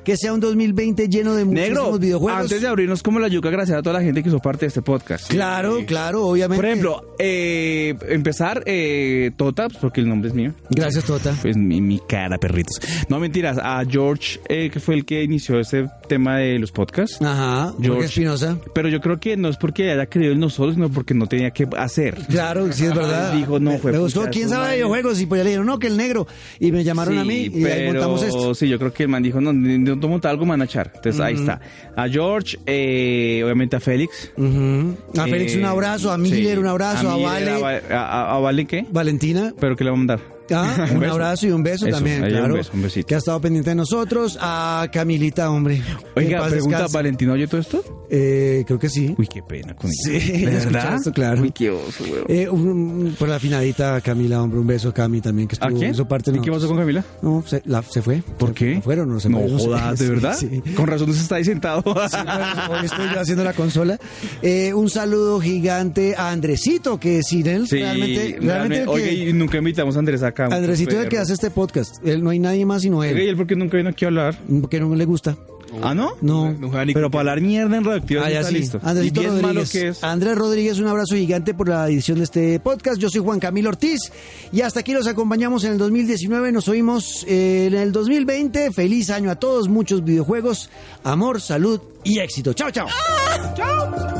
Speaker 1: Que sea un 2020 lleno de muchísimos
Speaker 3: ¡Ah! Negro,
Speaker 1: videojuegos.
Speaker 3: antes de abrirnos como la yuca, gracias a toda la gente que hizo parte de este podcast.
Speaker 1: Claro, claro, obviamente.
Speaker 3: Por ejemplo, eh, empezar eh, Tota, pues, porque el nombre es mío.
Speaker 1: Gracias, Tota.
Speaker 3: Pues mi, mi cara, perritos. No mentiras, a George, eh, que fue el que inició este tema de los podcasts.
Speaker 1: Ajá, Jorge
Speaker 3: George.
Speaker 1: Espinosa.
Speaker 3: Pero yo creo que no es porque haya creído en nosotros, sino porque no tenía que hacer.
Speaker 1: Claro, sí es verdad.
Speaker 3: Dijo, no,
Speaker 1: Me-
Speaker 3: fue
Speaker 1: Me buscó,
Speaker 3: pucha,
Speaker 1: ¿quién
Speaker 3: su
Speaker 1: sabe de
Speaker 3: madre.
Speaker 1: videojuegos? Y pues ya le dijeron, no, que el negro. Y me llamaron a mí
Speaker 3: Sí,
Speaker 1: y ahí montamos esto.
Speaker 3: Sí, yo creo que el man dijo, no, ni- no tomo algo, me van a echar. Entonces ahí está. A George, eh, obviamente a Félix.
Speaker 1: Ujú. A
Speaker 3: Eh,
Speaker 1: Félix un abrazo, a Miller
Speaker 3: sí.
Speaker 1: un abrazo, a,
Speaker 3: Miller,
Speaker 1: Vale,
Speaker 3: A, a- a Vale qué?
Speaker 1: Valentina.
Speaker 3: ¿Pero qué le vamos a mandar?
Speaker 1: Ah,
Speaker 3: Un
Speaker 1: un
Speaker 3: beso.
Speaker 1: abrazo y un beso
Speaker 3: Eso,
Speaker 1: también,
Speaker 3: ahí un
Speaker 1: claro.
Speaker 3: beso, un besito.
Speaker 1: que ha estado pendiente de nosotros. A Camilita, hombre. que en
Speaker 3: Oiga,
Speaker 1: paz
Speaker 3: pregunta,
Speaker 1: descanse.
Speaker 3: ¿Valentina oye todo esto?
Speaker 1: Eh, creo que sí.
Speaker 3: Uy, qué pena con ella.
Speaker 1: Sí,
Speaker 3: ¿De
Speaker 1: escuchar
Speaker 3: verdad?
Speaker 1: esto, claro.
Speaker 3: Uy, qué oso, weón.
Speaker 1: Eh, un- un- por la finadita a Camila, hombre, un beso a Cami también, que
Speaker 3: ¿A
Speaker 1: estuvo,
Speaker 3: quién?
Speaker 1: hizo parte de
Speaker 3: ¿Y qué pasó
Speaker 1: nosotros.
Speaker 3: con Camila?
Speaker 1: No, se, la- se fue.
Speaker 3: ¿Por
Speaker 1: Se-
Speaker 3: qué?
Speaker 1: No fueron, no se fue, sé.
Speaker 3: jodas, ¿de
Speaker 1: Sí,
Speaker 3: verdad?
Speaker 1: sí.
Speaker 3: Con razón no se está ahí sentado.
Speaker 1: Sí, bueno, hoy estoy yo haciendo la consola. Eh, un saludo gigante a Andresito, que sin él
Speaker 3: Sí,
Speaker 1: realmente, realmente, el que-
Speaker 3: Oye, y nunca invitamos a Andrés acá.
Speaker 1: Andresito es el que hace este podcast. Él no hay nadie más sino
Speaker 3: Oiga, ¿y
Speaker 1: él.
Speaker 3: él por qué nunca vino aquí a hablar?
Speaker 1: Porque no le gusta.
Speaker 3: ¿Ah, no?
Speaker 1: No.
Speaker 4: No juega ni
Speaker 3: Pero
Speaker 4: con-
Speaker 3: para hablar mierda en radioactivo
Speaker 1: Ah, ya
Speaker 3: está
Speaker 1: sí.
Speaker 3: listo.
Speaker 1: Andresito
Speaker 3: y bien malo
Speaker 1: Rodríguez.
Speaker 3: que es.
Speaker 1: Andrés Rodríguez, un abrazo gigante por la edición de este podcast. Yo soy Juan Camilo Ortiz y hasta aquí los acompañamos en el 2019. Nos oímos eh, en el 2020. Feliz año a todos, muchos videojuegos, amor, salud y éxito. Chao, chao. Chao.